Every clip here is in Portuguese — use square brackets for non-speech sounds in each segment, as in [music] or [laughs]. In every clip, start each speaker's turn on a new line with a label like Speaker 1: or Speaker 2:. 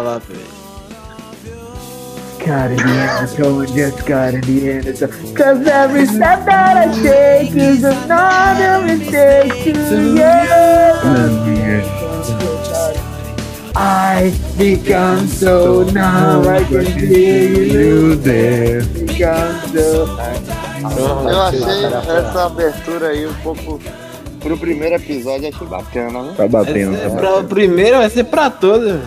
Speaker 1: lá, velho.
Speaker 2: God in the end, so just God in the end. It's a... Cause every step that I take is another mistake to you. I become so numb, I can hear you there. Become so.
Speaker 3: Eu achei essa abertura aí um pouco. Pro primeiro episódio achei bacana, né?
Speaker 4: Tá batendo.
Speaker 1: É pra, primeiro vai ser pra todos. velho.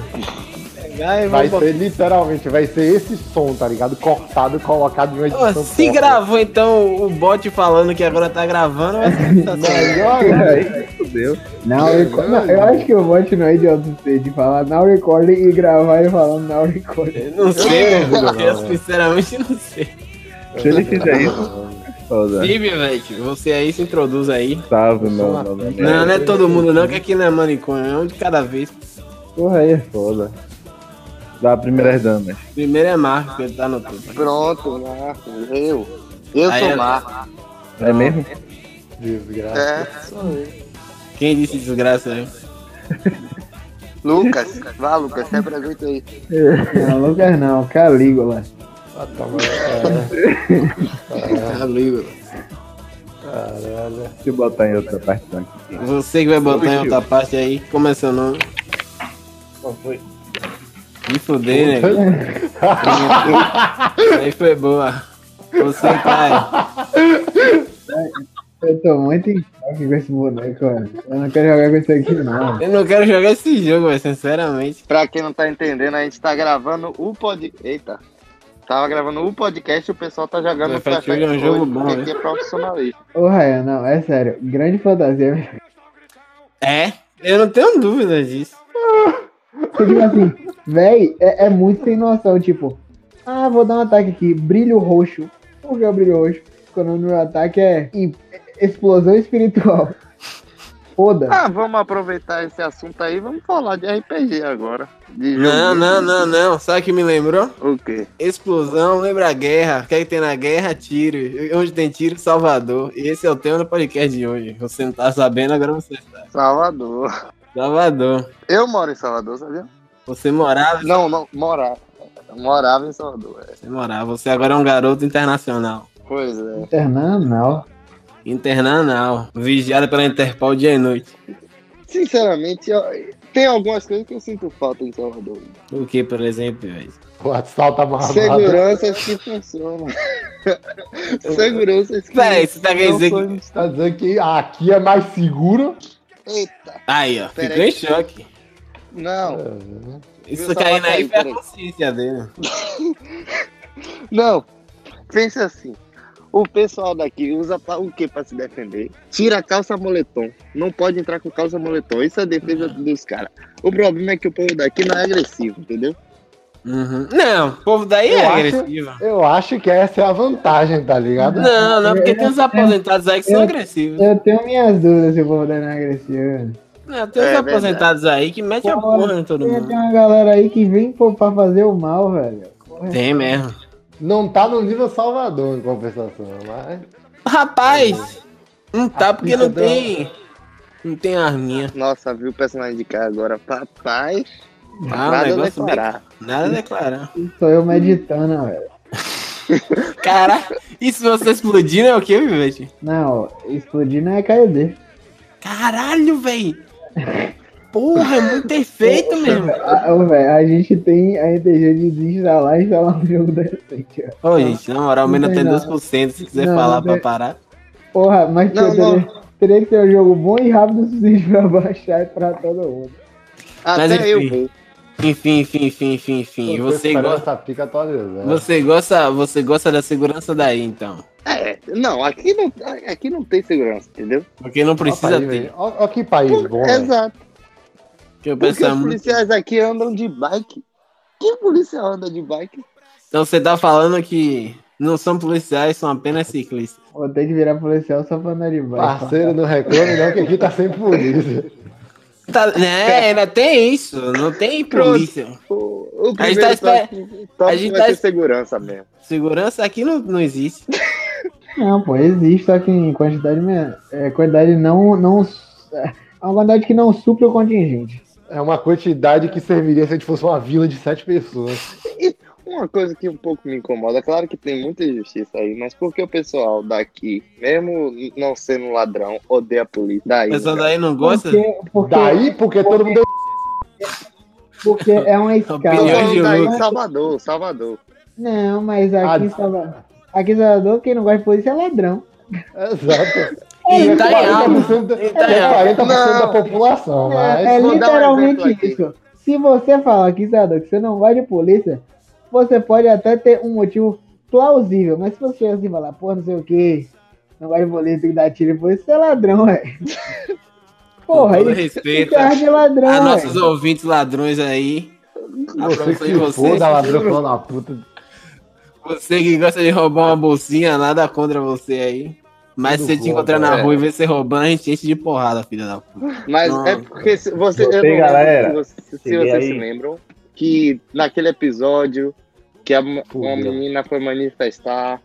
Speaker 1: Pegar e
Speaker 5: Vai
Speaker 1: vamos
Speaker 5: ser literalmente, vai ser esse som, tá ligado? Cortado e colocado em uma
Speaker 1: botar. Ó,
Speaker 5: edição.
Speaker 1: se
Speaker 5: própria.
Speaker 1: gravou então o bot falando que agora tá gravando, vai ser sensacional.
Speaker 5: Melhor, né?
Speaker 4: Aí, fudeu.
Speaker 2: Não, eu, não, eu acho que o bot não é idiota o suficiente de falar now recording e gravar ele falando now recording.
Speaker 1: Eu Não sei, meu eu sinceramente não sei.
Speaker 4: Se ele fizer isso, foda.
Speaker 1: Vive, velho, você aí se introduz aí.
Speaker 4: Salve, meu nome é
Speaker 1: Não, não é todo mundo não, que aqui não é manicômio, é um de cada vez.
Speaker 2: Porra é aí.
Speaker 4: foda. Da primeira dama.
Speaker 1: Primeiro é Marco, que ele tá no topo.
Speaker 3: Pronto, Marco, eu. Eu
Speaker 1: Aí
Speaker 3: sou
Speaker 1: é-
Speaker 3: Marco.
Speaker 4: É mesmo?
Speaker 5: Desgraça.
Speaker 3: É, sou eu.
Speaker 1: Quem disse desgraça né? aí?
Speaker 3: Lucas, vá, Lucas, se apresenta aí.
Speaker 2: Não, Lucas não, Calígula.
Speaker 1: É. Caralho.
Speaker 4: Deixa eu botar em outra parte. né? Não.
Speaker 1: Você que vai botar em outra parte aí, como é seu nome? Me fuder, né? [laughs] Aí foi boa. Você cai.
Speaker 2: Eu tô muito em choque com esse boneco, mano. Eu não quero jogar com isso aqui, não.
Speaker 1: Eu não quero jogar esse jogo, velho, sinceramente.
Speaker 3: Pra quem não tá entendendo, a gente tá gravando o podcast. Eita! Tava gravando o podcast e o pessoal tá jogando
Speaker 1: Perfect League é um jogo bom,
Speaker 3: porque
Speaker 1: né?
Speaker 3: aqui é profissionalismo.
Speaker 2: Ô, Rayan, não, é sério. Grande fantasia.
Speaker 1: É? Eu não tenho dúvida disso.
Speaker 2: Tipo assim, véi, é, é muito sem noção. Tipo, ah, vou dar um ataque aqui. Brilho roxo. Por que é o brilho roxo? Porque o nome do meu ataque é i- Explosão Espiritual. Foda.
Speaker 3: Ah, vamos aproveitar esse assunto aí, vamos falar de RPG agora. De jogo.
Speaker 1: Não, não, não, não. Sabe o que me lembrou?
Speaker 3: O quê?
Speaker 1: Explosão, lembra a guerra. O que, é que tem na guerra? Tiro. E Onde tem tiro, Salvador. E esse é o tema do podcast de hoje. Você não tá sabendo, agora você sabe.
Speaker 3: Salvador.
Speaker 1: Salvador.
Speaker 3: Eu moro em Salvador, sabia?
Speaker 1: Você morava,
Speaker 3: Não, não, morava. Morava em Salvador. é.
Speaker 1: você morava. Você agora é um garoto internacional.
Speaker 3: Pois é.
Speaker 2: Internacional.
Speaker 1: Internacional. Vigiado pela Interpol dia e noite.
Speaker 3: Sinceramente, eu- tem algumas coisas que eu sinto falta em Salvador.
Speaker 1: O que, por exemplo, velho?
Speaker 5: O assalto tava
Speaker 2: Ah,
Speaker 5: armado.
Speaker 3: Seguranças que funcionam. Seguranças que
Speaker 1: Véi, você tá querendo
Speaker 3: não
Speaker 1: dizer
Speaker 3: foi
Speaker 1: que.
Speaker 5: Tá dizendo que aqui é mais seguro?
Speaker 3: Eita,
Speaker 1: Tá Aí, ó.
Speaker 3: Pera
Speaker 1: Ficou
Speaker 3: aí.
Speaker 1: em choque.
Speaker 3: não.
Speaker 1: Isso
Speaker 3: Viu, só
Speaker 1: caindo aí
Speaker 3: vai cair,
Speaker 1: foi a
Speaker 3: peraí.
Speaker 1: consciência dele.
Speaker 3: Não. Pensa assim. O pessoal daqui usa pra- o que pra se defender? Tira a calça moletom. Não pode entrar com calça moletom. Isso é a defesa dos caras. O problema é que o povo daqui não é agressivo, entendeu?
Speaker 1: Uhum. Não, o povo daí é
Speaker 5: Eu acho-
Speaker 1: agressivo.
Speaker 5: Eu acho que essa é a vantagem, tá ligado?
Speaker 1: Não, não, porque tem
Speaker 3: É,
Speaker 1: uns aposentados aí que são agressivos.
Speaker 2: Eu tenho minhas dúvidas se tá eu vou dar na agressiva.
Speaker 1: Não, tem uns
Speaker 3: É
Speaker 1: aposentados aí que mete a porra em todo
Speaker 2: Tem tem
Speaker 1: mundo.
Speaker 2: uma galera aí que vem pô, pra fazer o mal, velho.
Speaker 1: Tem mesmo.
Speaker 5: Não tá no nível Salvador, em compensação, mas...
Speaker 1: Rapaz, não tá porque não
Speaker 5: Entendeu?
Speaker 1: tem. Não tem arminha.
Speaker 3: Nossa, viu o personagem de cá agora? Papai,
Speaker 1: Ah, um
Speaker 3: nada a
Speaker 1: negócio bem.
Speaker 3: declarar.
Speaker 1: Nada a declarar.
Speaker 2: Sou eu meditando, velho.
Speaker 1: Caraca, e se você explodir, não é o que, Vivete?
Speaker 2: Não, explodir não é KD.
Speaker 1: Caralho, velho! Porra, é muito efeito mesmo.
Speaker 2: A, Ah, ô, velho, a gente tem a ETG de desinstalar e instalar um jogo decente, ó.
Speaker 1: Ô, gente, na moral,
Speaker 2: Não
Speaker 1: menos
Speaker 2: tem
Speaker 1: tem
Speaker 2: nada.
Speaker 1: 2% se quiser
Speaker 2: Não,
Speaker 1: falar
Speaker 2: não
Speaker 1: pra
Speaker 2: tem-
Speaker 1: parar.
Speaker 2: Porra, mas
Speaker 3: Não,
Speaker 2: pô, teria, teria que ser um jogo bom e rápido o suficiente pra [laughs] baixar pra todo mundo.
Speaker 1: Mas
Speaker 3: Até eu
Speaker 1: enfim.
Speaker 3: vou.
Speaker 1: Enfim, enfim, enfim, enfim, enfim.
Speaker 5: Eu tô
Speaker 1: Você
Speaker 5: esperando
Speaker 1: gosta,
Speaker 5: Essa pica né? atualizada.
Speaker 1: você gosta, você gosta da segurança daí, então.
Speaker 3: É, não, aqui não, aqui não tem segurança, entendeu?
Speaker 1: Porque não precisa
Speaker 5: Ó, país,
Speaker 1: ter.
Speaker 5: velho. Ó, ó que país bom, né? velho.
Speaker 3: Exato.
Speaker 1: Porque o
Speaker 3: Porque
Speaker 1: pessoal é
Speaker 3: os
Speaker 1: muito-
Speaker 3: policiais aqui andam de bike. Que policial anda de bike?
Speaker 1: Então você tá falando que não são policiais, são apenas ciclistas.
Speaker 2: Vou ter que virar policial só pra andar de baixo.
Speaker 5: Parceiro, não reclame não, que aqui tá sem polícia.
Speaker 1: Tá, né, ainda tem isso, não tem
Speaker 3: Pronto.
Speaker 1: polícia.
Speaker 3: O, o
Speaker 1: A gente tá
Speaker 3: primeiro toque- toque
Speaker 1: a gente
Speaker 3: vai
Speaker 1: tá
Speaker 3: ser
Speaker 1: es-
Speaker 3: segurança mesmo.
Speaker 1: Segurança aqui não, não existe.
Speaker 2: Não, pô, existe, só que em quantidade, men- é, quantidade não, não. É uma quantidade que não supra o contingente.
Speaker 5: É uma quantidade que serviria se a gente fosse uma vila de sete pessoas.
Speaker 3: Uma coisa que um pouco me incomoda, claro que tem muita injustiça aí, mas por que o pessoal daqui, mesmo não sendo ladrão, odeia a polícia? Daí,
Speaker 1: O pessoal
Speaker 3: cara.
Speaker 1: daí não gosta?
Speaker 2: Porque, porque,
Speaker 5: Daí, porque todo mundo
Speaker 2: porque é uma
Speaker 3: Não,
Speaker 1: Opiniões
Speaker 2: escala.
Speaker 1: de
Speaker 3: daí
Speaker 1: louco.
Speaker 3: em Salvador, Salvador.
Speaker 2: Não, mas aqui em
Speaker 5: Ah.
Speaker 2: Salvador. Aqui em Salvador, quem não gosta de polícia é ladrão.
Speaker 5: Exato.
Speaker 1: E tá em alta.
Speaker 5: 40% da,
Speaker 1: Ele tá em
Speaker 5: é
Speaker 1: alta.
Speaker 5: 40%
Speaker 3: Não.
Speaker 5: da população, mas...
Speaker 2: é é
Speaker 3: vou dar um
Speaker 2: literalmente
Speaker 3: exemplo aqui.
Speaker 2: isso. Se você falar aqui em Salvador que você não gosta de polícia, você pode até ter um motivo plausível, mas se você chega assim e falar, pô, não sei o que, não gosta de polícia, tem que dar tiro em polícia, você é ladrão,
Speaker 3: [laughs]
Speaker 2: velho. Porra,
Speaker 1: Com todo
Speaker 2: ele se
Speaker 1: respeito
Speaker 2: charge de
Speaker 1: a
Speaker 2: ladrão,
Speaker 1: nossos
Speaker 2: velho.
Speaker 1: ouvintes ladrões aí.
Speaker 5: Você
Speaker 1: Abraço aí
Speaker 5: que foda, ladrão,
Speaker 1: você.
Speaker 5: falando a puta.
Speaker 1: Você que gosta de roubar uma bolsinha, nada contra você aí. Mas se
Speaker 5: Tudo
Speaker 1: você te
Speaker 5: bom,
Speaker 1: encontrar na
Speaker 4: galera.
Speaker 1: rua e ver você roubando, a gente enche de porrada, filha da puta.
Speaker 3: Mas
Speaker 1: Não.
Speaker 3: é porque se você.
Speaker 4: Voltei,
Speaker 3: eu não lembro
Speaker 4: galera.
Speaker 3: Se, você- se
Speaker 4: Cheguei
Speaker 3: vocês
Speaker 4: aí.
Speaker 3: se lembram que naquele episódio que a- uma
Speaker 5: Fudeu.
Speaker 3: menina foi manifestar,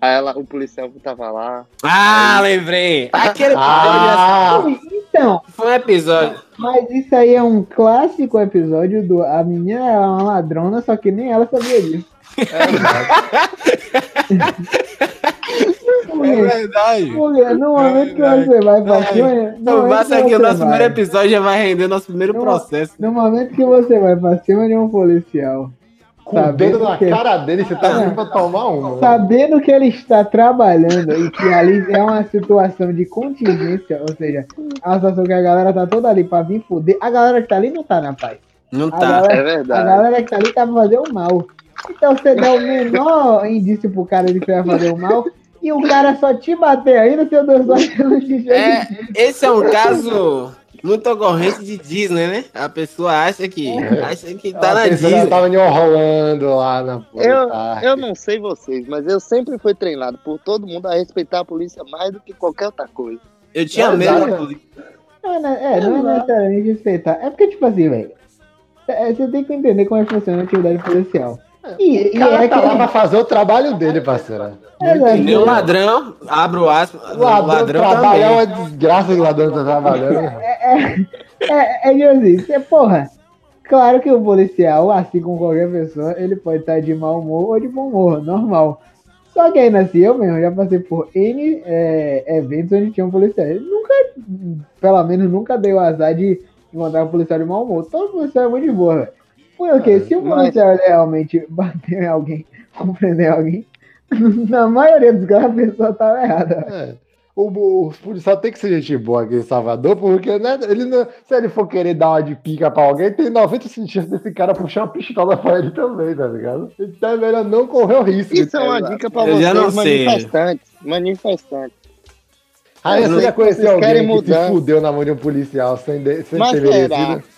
Speaker 3: aí ela, o policial tava lá.
Speaker 1: Ah, lembrei! Aquele
Speaker 5: Ah!
Speaker 2: Então,
Speaker 1: foi um episódio.
Speaker 2: Mas isso aí é um clássico episódio do A menina era uma ladrona, só que nem ela sabia disso.
Speaker 3: É
Speaker 2: [laughs]
Speaker 3: É
Speaker 2: Mulher,
Speaker 1: verdade.
Speaker 2: mulher, no momento que você vai pra cima. no
Speaker 1: Então,
Speaker 2: momento
Speaker 1: basta
Speaker 2: que
Speaker 1: que o
Speaker 2: você
Speaker 1: nosso
Speaker 2: vai-
Speaker 1: primeiro episódio já vai render nosso primeiro
Speaker 2: Não.
Speaker 1: processo.
Speaker 2: No momento que você vai pra cima de um policial,
Speaker 5: Com o
Speaker 2: Sabendo
Speaker 5: dedo na
Speaker 2: que-
Speaker 5: cara dele, você tá vindo pra tomar uma.
Speaker 2: sabendo que ele está trabalhando e que ali é uma situação de contingência, ou seja, é uma situação que a galera tá toda ali pra vir foder, a galera que tá ali não tá na paz.
Speaker 1: Não
Speaker 2: A
Speaker 1: tá.
Speaker 2: galera
Speaker 3: É
Speaker 2: A
Speaker 3: verdade.
Speaker 2: galera que tá ali tá pra fazer o mal. Então você dá o menor indício pro cara de que você vai fazer o mal e o cara só te bater ainda, seu Deus do céu, [laughs] não te chega.
Speaker 1: É, esse é um caso muito ocorrente de Disney, né? A pessoa acha que acha que tá
Speaker 5: Ela
Speaker 1: na
Speaker 5: pensou que
Speaker 1: Disney.
Speaker 5: Ela tava me enrolando lá na puta.
Speaker 3: Eu não sei vocês, mas eu sempre fui treinado por todo mundo a respeitar a polícia mais do que qualquer outra coisa.
Speaker 1: Eu tinha
Speaker 5: É,
Speaker 1: medo da
Speaker 5: exato.
Speaker 1: polícia.
Speaker 2: Não, é ne- é, não é necessariamente respeitar. É porque, tipo assim, velho, é, você tem que entender como é que funciona a atividade policial. E,
Speaker 5: O
Speaker 2: e
Speaker 5: cara
Speaker 2: é
Speaker 5: tá lá
Speaker 2: que.
Speaker 5: pra fazer o trabalho dele, parceira.
Speaker 2: É, velho,
Speaker 5: um
Speaker 1: Nem o ladrão, abro aspas.
Speaker 5: O
Speaker 1: O
Speaker 5: Ladrão,
Speaker 1: ladrão
Speaker 5: trabalhar é
Speaker 1: também.
Speaker 5: uma desgraça que o ladrão tá trabalhando.
Speaker 2: É, é tipo assim, você, porra. Claro que o policial, assim como qualquer pessoa, ele pode estar de mau humor ou de bom humor, normal. Só que ainda assim, eu mesmo já passei por N é, eventos onde tinha um policial. Eu nunca, pelo menos, nunca dei o azar de encontrar um policial de mau humor. Todo policial é muito de boa, velho. Porque se o
Speaker 3: É, mas-
Speaker 2: policial ele realmente bater em alguém, [laughs] ou prender alguém, [laughs] na maioria dos casos a pessoa tava errada.
Speaker 5: É. O, o, os policiais tem que ser gente boa aqui em Salvador, porque né, ele não- se ele for querer dar uma de pica pra alguém, tem 90 centímetros desse cara puxar uma pistola pra ele também, tá ligado? Então é melhor não correr o risco.
Speaker 3: Isso é
Speaker 5: tá
Speaker 3: uma
Speaker 5: ligado?
Speaker 3: dica pra
Speaker 1: Eu
Speaker 3: vocês,
Speaker 1: já não sei.
Speaker 3: manifestantes. Manifestantes.
Speaker 5: Aí
Speaker 3: Eu
Speaker 5: você já
Speaker 3: sei que vocês
Speaker 5: conheceu
Speaker 3: querem
Speaker 5: alguém que
Speaker 3: mudar.
Speaker 5: se fudeu na mão de um policial sem, de, sem
Speaker 3: Mas
Speaker 5: ter
Speaker 3: será?
Speaker 5: merecido?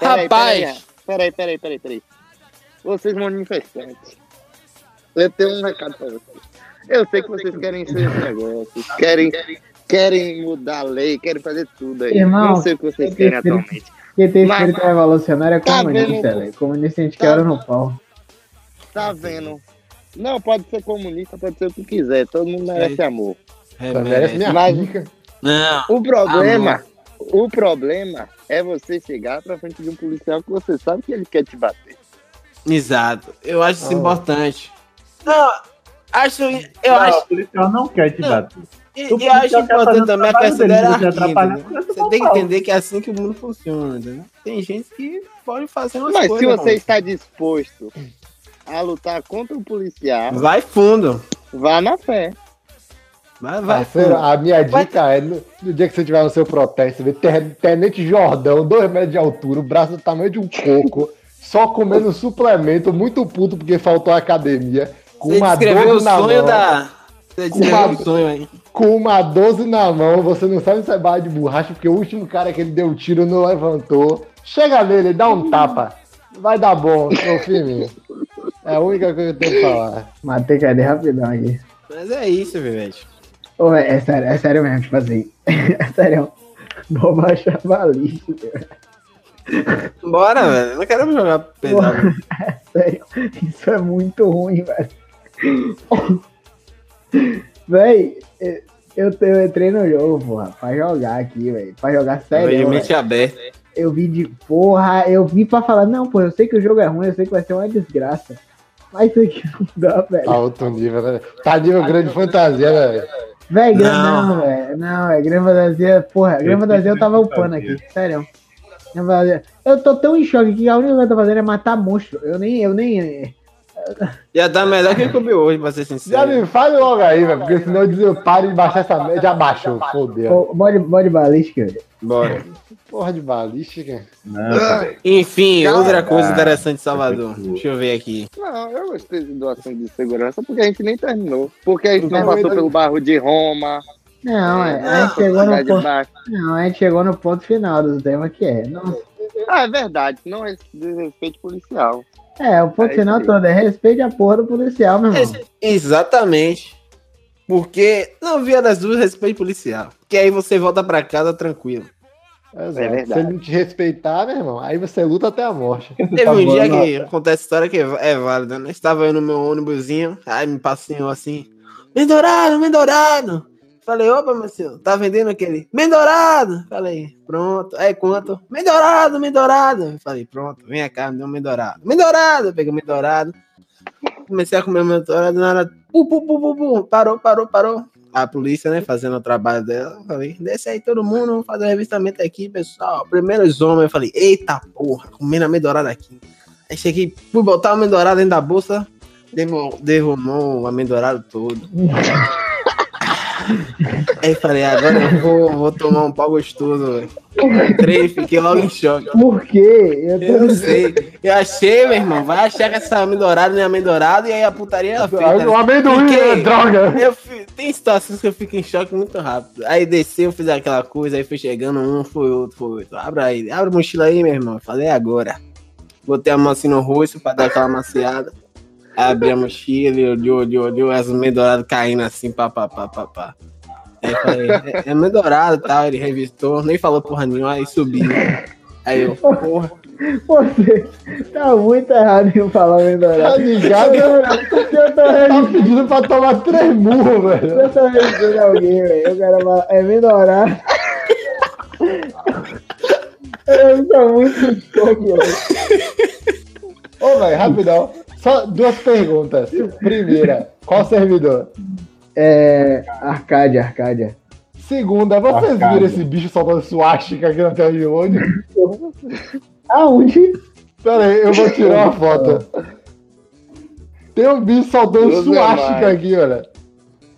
Speaker 3: Peraí, é.
Speaker 1: Rapaz.
Speaker 3: Peraí, peraí, peraí, peraí. Vocês manifestantes. Eu tenho um recado pra vocês. Eu sei que vocês querem ser esse negócio. Querem, querem mudar a lei, querem fazer tudo aí.
Speaker 2: Irmão,
Speaker 3: não sei o que vocês
Speaker 2: eu
Speaker 3: querem
Speaker 2: prefiro-
Speaker 3: atualmente.
Speaker 2: Quem tem
Speaker 3: Mas-
Speaker 2: espírito revolucionário é
Speaker 3: Tá
Speaker 2: comunista,
Speaker 3: vendo?
Speaker 2: velho. Comunista a gente
Speaker 3: Tá
Speaker 2: quebra no pau.
Speaker 3: Tá vendo? Não, pode ser comunista, pode ser o que quiser. Todo mundo merece amor.
Speaker 1: É,
Speaker 5: Só
Speaker 1: merece.
Speaker 5: merece minha
Speaker 3: Mas-
Speaker 5: pica.
Speaker 1: Não,
Speaker 3: O problema, o problema é você chegar pra frente de um policial que você sabe que ele quer te bater.
Speaker 1: exato. Eu acho isso
Speaker 5: Ah.
Speaker 1: importante. Não, acho. Eu
Speaker 6: Não,
Speaker 1: acho.
Speaker 6: o policial não quer te
Speaker 1: Não,
Speaker 6: bater.
Speaker 1: E,
Speaker 6: O
Speaker 1: e eu acho
Speaker 6: policial quer fazer
Speaker 1: importante
Speaker 6: o
Speaker 1: também a
Speaker 6: trabalho
Speaker 1: questão da
Speaker 6: dele, você
Speaker 1: hierarquia,
Speaker 6: atrapalhar,
Speaker 1: entendeu?
Speaker 6: você
Speaker 1: Você tem que
Speaker 6: não fala.
Speaker 1: entender que é assim que o mundo funciona, entendeu? Tem gente que pode fazer umas
Speaker 3: Mas se
Speaker 1: coisas.
Speaker 3: você está disposto a lutar contra o policial,
Speaker 1: mano. Vai fundo.
Speaker 3: vá na fé.
Speaker 1: Vai, vai
Speaker 5: Parceiro,
Speaker 1: fundo.
Speaker 5: a minha
Speaker 1: Vai-
Speaker 5: dica é: no, no dia que você tiver no seu protesto, ver ter- Tenente Jordão, dois metros de altura, o braço do tamanho de um coco, [laughs] só comendo suplemento, muito puto porque faltou a academia, com
Speaker 1: Você
Speaker 5: uma
Speaker 1: descreveu
Speaker 5: 12
Speaker 1: o
Speaker 5: na
Speaker 1: sonho
Speaker 5: mão.
Speaker 1: da. Você descreveu o sonho aí.
Speaker 5: Com uma 12 na mão, você não sabe se é barra de borracha, porque o último cara que ele deu o tiro não levantou. Chega nele, dá um tapa. Vai dar bom, confia em mim. É a única coisa que eu tenho pra falar.
Speaker 2: Matei cadê rapidão aqui.
Speaker 1: Mas é isso, Vivete.
Speaker 2: Ô, véi, é sério, é sério mesmo, tipo assim. [laughs] É sério. Vou baixar a lista,
Speaker 5: Hum.
Speaker 1: Bora, velho. Eu Não quero jogar pesado.
Speaker 2: É sério. Isso é muito ruim, velho. Véi, eu, eu entrei no jogo, porra, pra jogar aqui, velho. Pra jogar
Speaker 1: Sério,
Speaker 2: sério.
Speaker 1: mente aberta.
Speaker 2: Eu, eu vi de porra, eu vi pra falar, não, pô, eu sei que o jogo é ruim, eu sei que vai ser uma desgraça. Mas isso aqui não dá, velho.
Speaker 5: Tá outro nível, né? Tá nível grande fantasia, né, velho.
Speaker 2: Véi, Gran-
Speaker 1: Não.
Speaker 2: não, velho. Não, é Gran Fantasia. Porra, Gran Fantasia eu tava upando aqui, sério. Gran Fantasia. Eu tô tão em choque que a única coisa que eu tô fazendo é matar monstro. Eu nem, eu nem.
Speaker 1: Ia dar melhor que ele comeu hoje, pra ser
Speaker 5: Já
Speaker 1: sincero.
Speaker 5: me fale logo aí, velho, porque senão eu dizer, eu paro de baixar essa merda. Já baixou, fodeu.
Speaker 2: Pô, Mole, mole balística.
Speaker 1: Bora.
Speaker 5: Porra de balística.
Speaker 4: Não, cara.
Speaker 1: Enfim,
Speaker 3: Cara,
Speaker 1: outra coisa
Speaker 5: Ah,
Speaker 4: cara.
Speaker 1: interessante de Salvador. Deixa eu ver aqui.
Speaker 3: Não, eu gostei do assunto de segurança porque a gente nem terminou. Porque a gente não
Speaker 5: Não,
Speaker 3: passou
Speaker 5: eu-
Speaker 3: pelo barro de Roma,
Speaker 2: Não, é, a
Speaker 3: não,
Speaker 2: gente chegou no
Speaker 3: cidade
Speaker 2: ponto.
Speaker 3: baixa.
Speaker 2: Não, a gente chegou no ponto final do tema que é. Não,
Speaker 3: Ah, é verdade, não é desrespeito policial.
Speaker 2: é, o ponto
Speaker 3: É isso
Speaker 2: final
Speaker 3: aí.
Speaker 2: todo é respeite a porra do policial,
Speaker 5: Hum.
Speaker 2: meu irmão.
Speaker 1: Exatamente. Porque não via das duas respeito policial. Que aí você volta pra casa tranquilo.
Speaker 5: Exato.
Speaker 3: É verdade.
Speaker 5: Se ele não te respeitar, meu irmão, aí você luta até a morte.
Speaker 1: Teve
Speaker 4: tá
Speaker 1: um
Speaker 4: bom,
Speaker 1: dia
Speaker 4: não.
Speaker 1: que acontece história que é é válida, né? Estava eu no meu ônibusinho, aí me passeou assim: Mendorado, Mendorado! Falei, opa, meu senhor, tá vendendo aquele Mendorado! Falei, pronto, é quanto? Mendorado, Mendorado! Falei, pronto, vem cá, me deu um Mendorado. Mendorado! Eu Peguei o Mendorado, comecei a comer o Mendorado, na hora, pu, pu, pu, pu, pu, parou, parou, parou. A polícia, né, fazendo o trabalho dela, falei, desce aí todo mundo, vamos fazer o revistamento aqui, pessoal. Primeiro os homens, eu falei, eita porra, comendo a Mendorado aqui. Aí cheguei, fui botar o amendoim dourado dentro da bolsa, derru- derrumou o amendoim dourado
Speaker 2: [laughs]
Speaker 1: todo. Aí falei, agora eu vou, vou tomar um pau gostoso, velho. Entrei e fiquei logo em choque.
Speaker 2: Por quê? É Eu
Speaker 1: Eu
Speaker 2: tô...
Speaker 1: não sei. Eu achei, meu irmão. Vai achar que essa amendoim dourado não é amendoim dourado e aí a putaria era feita.
Speaker 5: Aí, o amendoim,
Speaker 1: Fiquei.
Speaker 5: né, droga!
Speaker 1: Eu fi- tem situações que eu fico em choque muito rápido. Aí desci, eu fiz aquela coisa, aí fui chegando, um foi outro, foi outro. Abra aí, abre a mochila aí, meu irmão. Falei "É agora. Botei a mão assim no rosto pra dar aquela maciada. Abri a mochila, e olhou, olhou, olhou, as meias douradas caindo assim, pá, pá, pá, pá, pá. Aí falei, é, é meio dourado e tal, ele revistou, nem falou porra nenhuma, aí subiu. Aí eu, porra,
Speaker 2: Você [laughs] tá muito errado em falar
Speaker 5: Tá
Speaker 2: Mendorado.
Speaker 5: ligado?
Speaker 2: Eu tô
Speaker 5: Ele
Speaker 2: revisando.
Speaker 5: tava pedindo pra tomar três murros, velho.
Speaker 2: Eu tô revisando alguém, velho. O cara fala, é Mendorado. Eu tô muito em choque, velho.
Speaker 5: Ô, velho, rapidão. Só duas perguntas. Primeira, qual servidor?
Speaker 2: É. Arcádia, Arcádia.
Speaker 5: Segunda, vocês
Speaker 4: Arcada.
Speaker 5: viram esse bicho soltando suástica aqui na tela de olho?
Speaker 2: Aonde?
Speaker 5: Pera aí, eu vou tirar uma foto.
Speaker 3: [laughs]
Speaker 5: Tem um bicho soltando
Speaker 3: Deus é
Speaker 5: suástica
Speaker 3: mais.
Speaker 5: aqui, olha.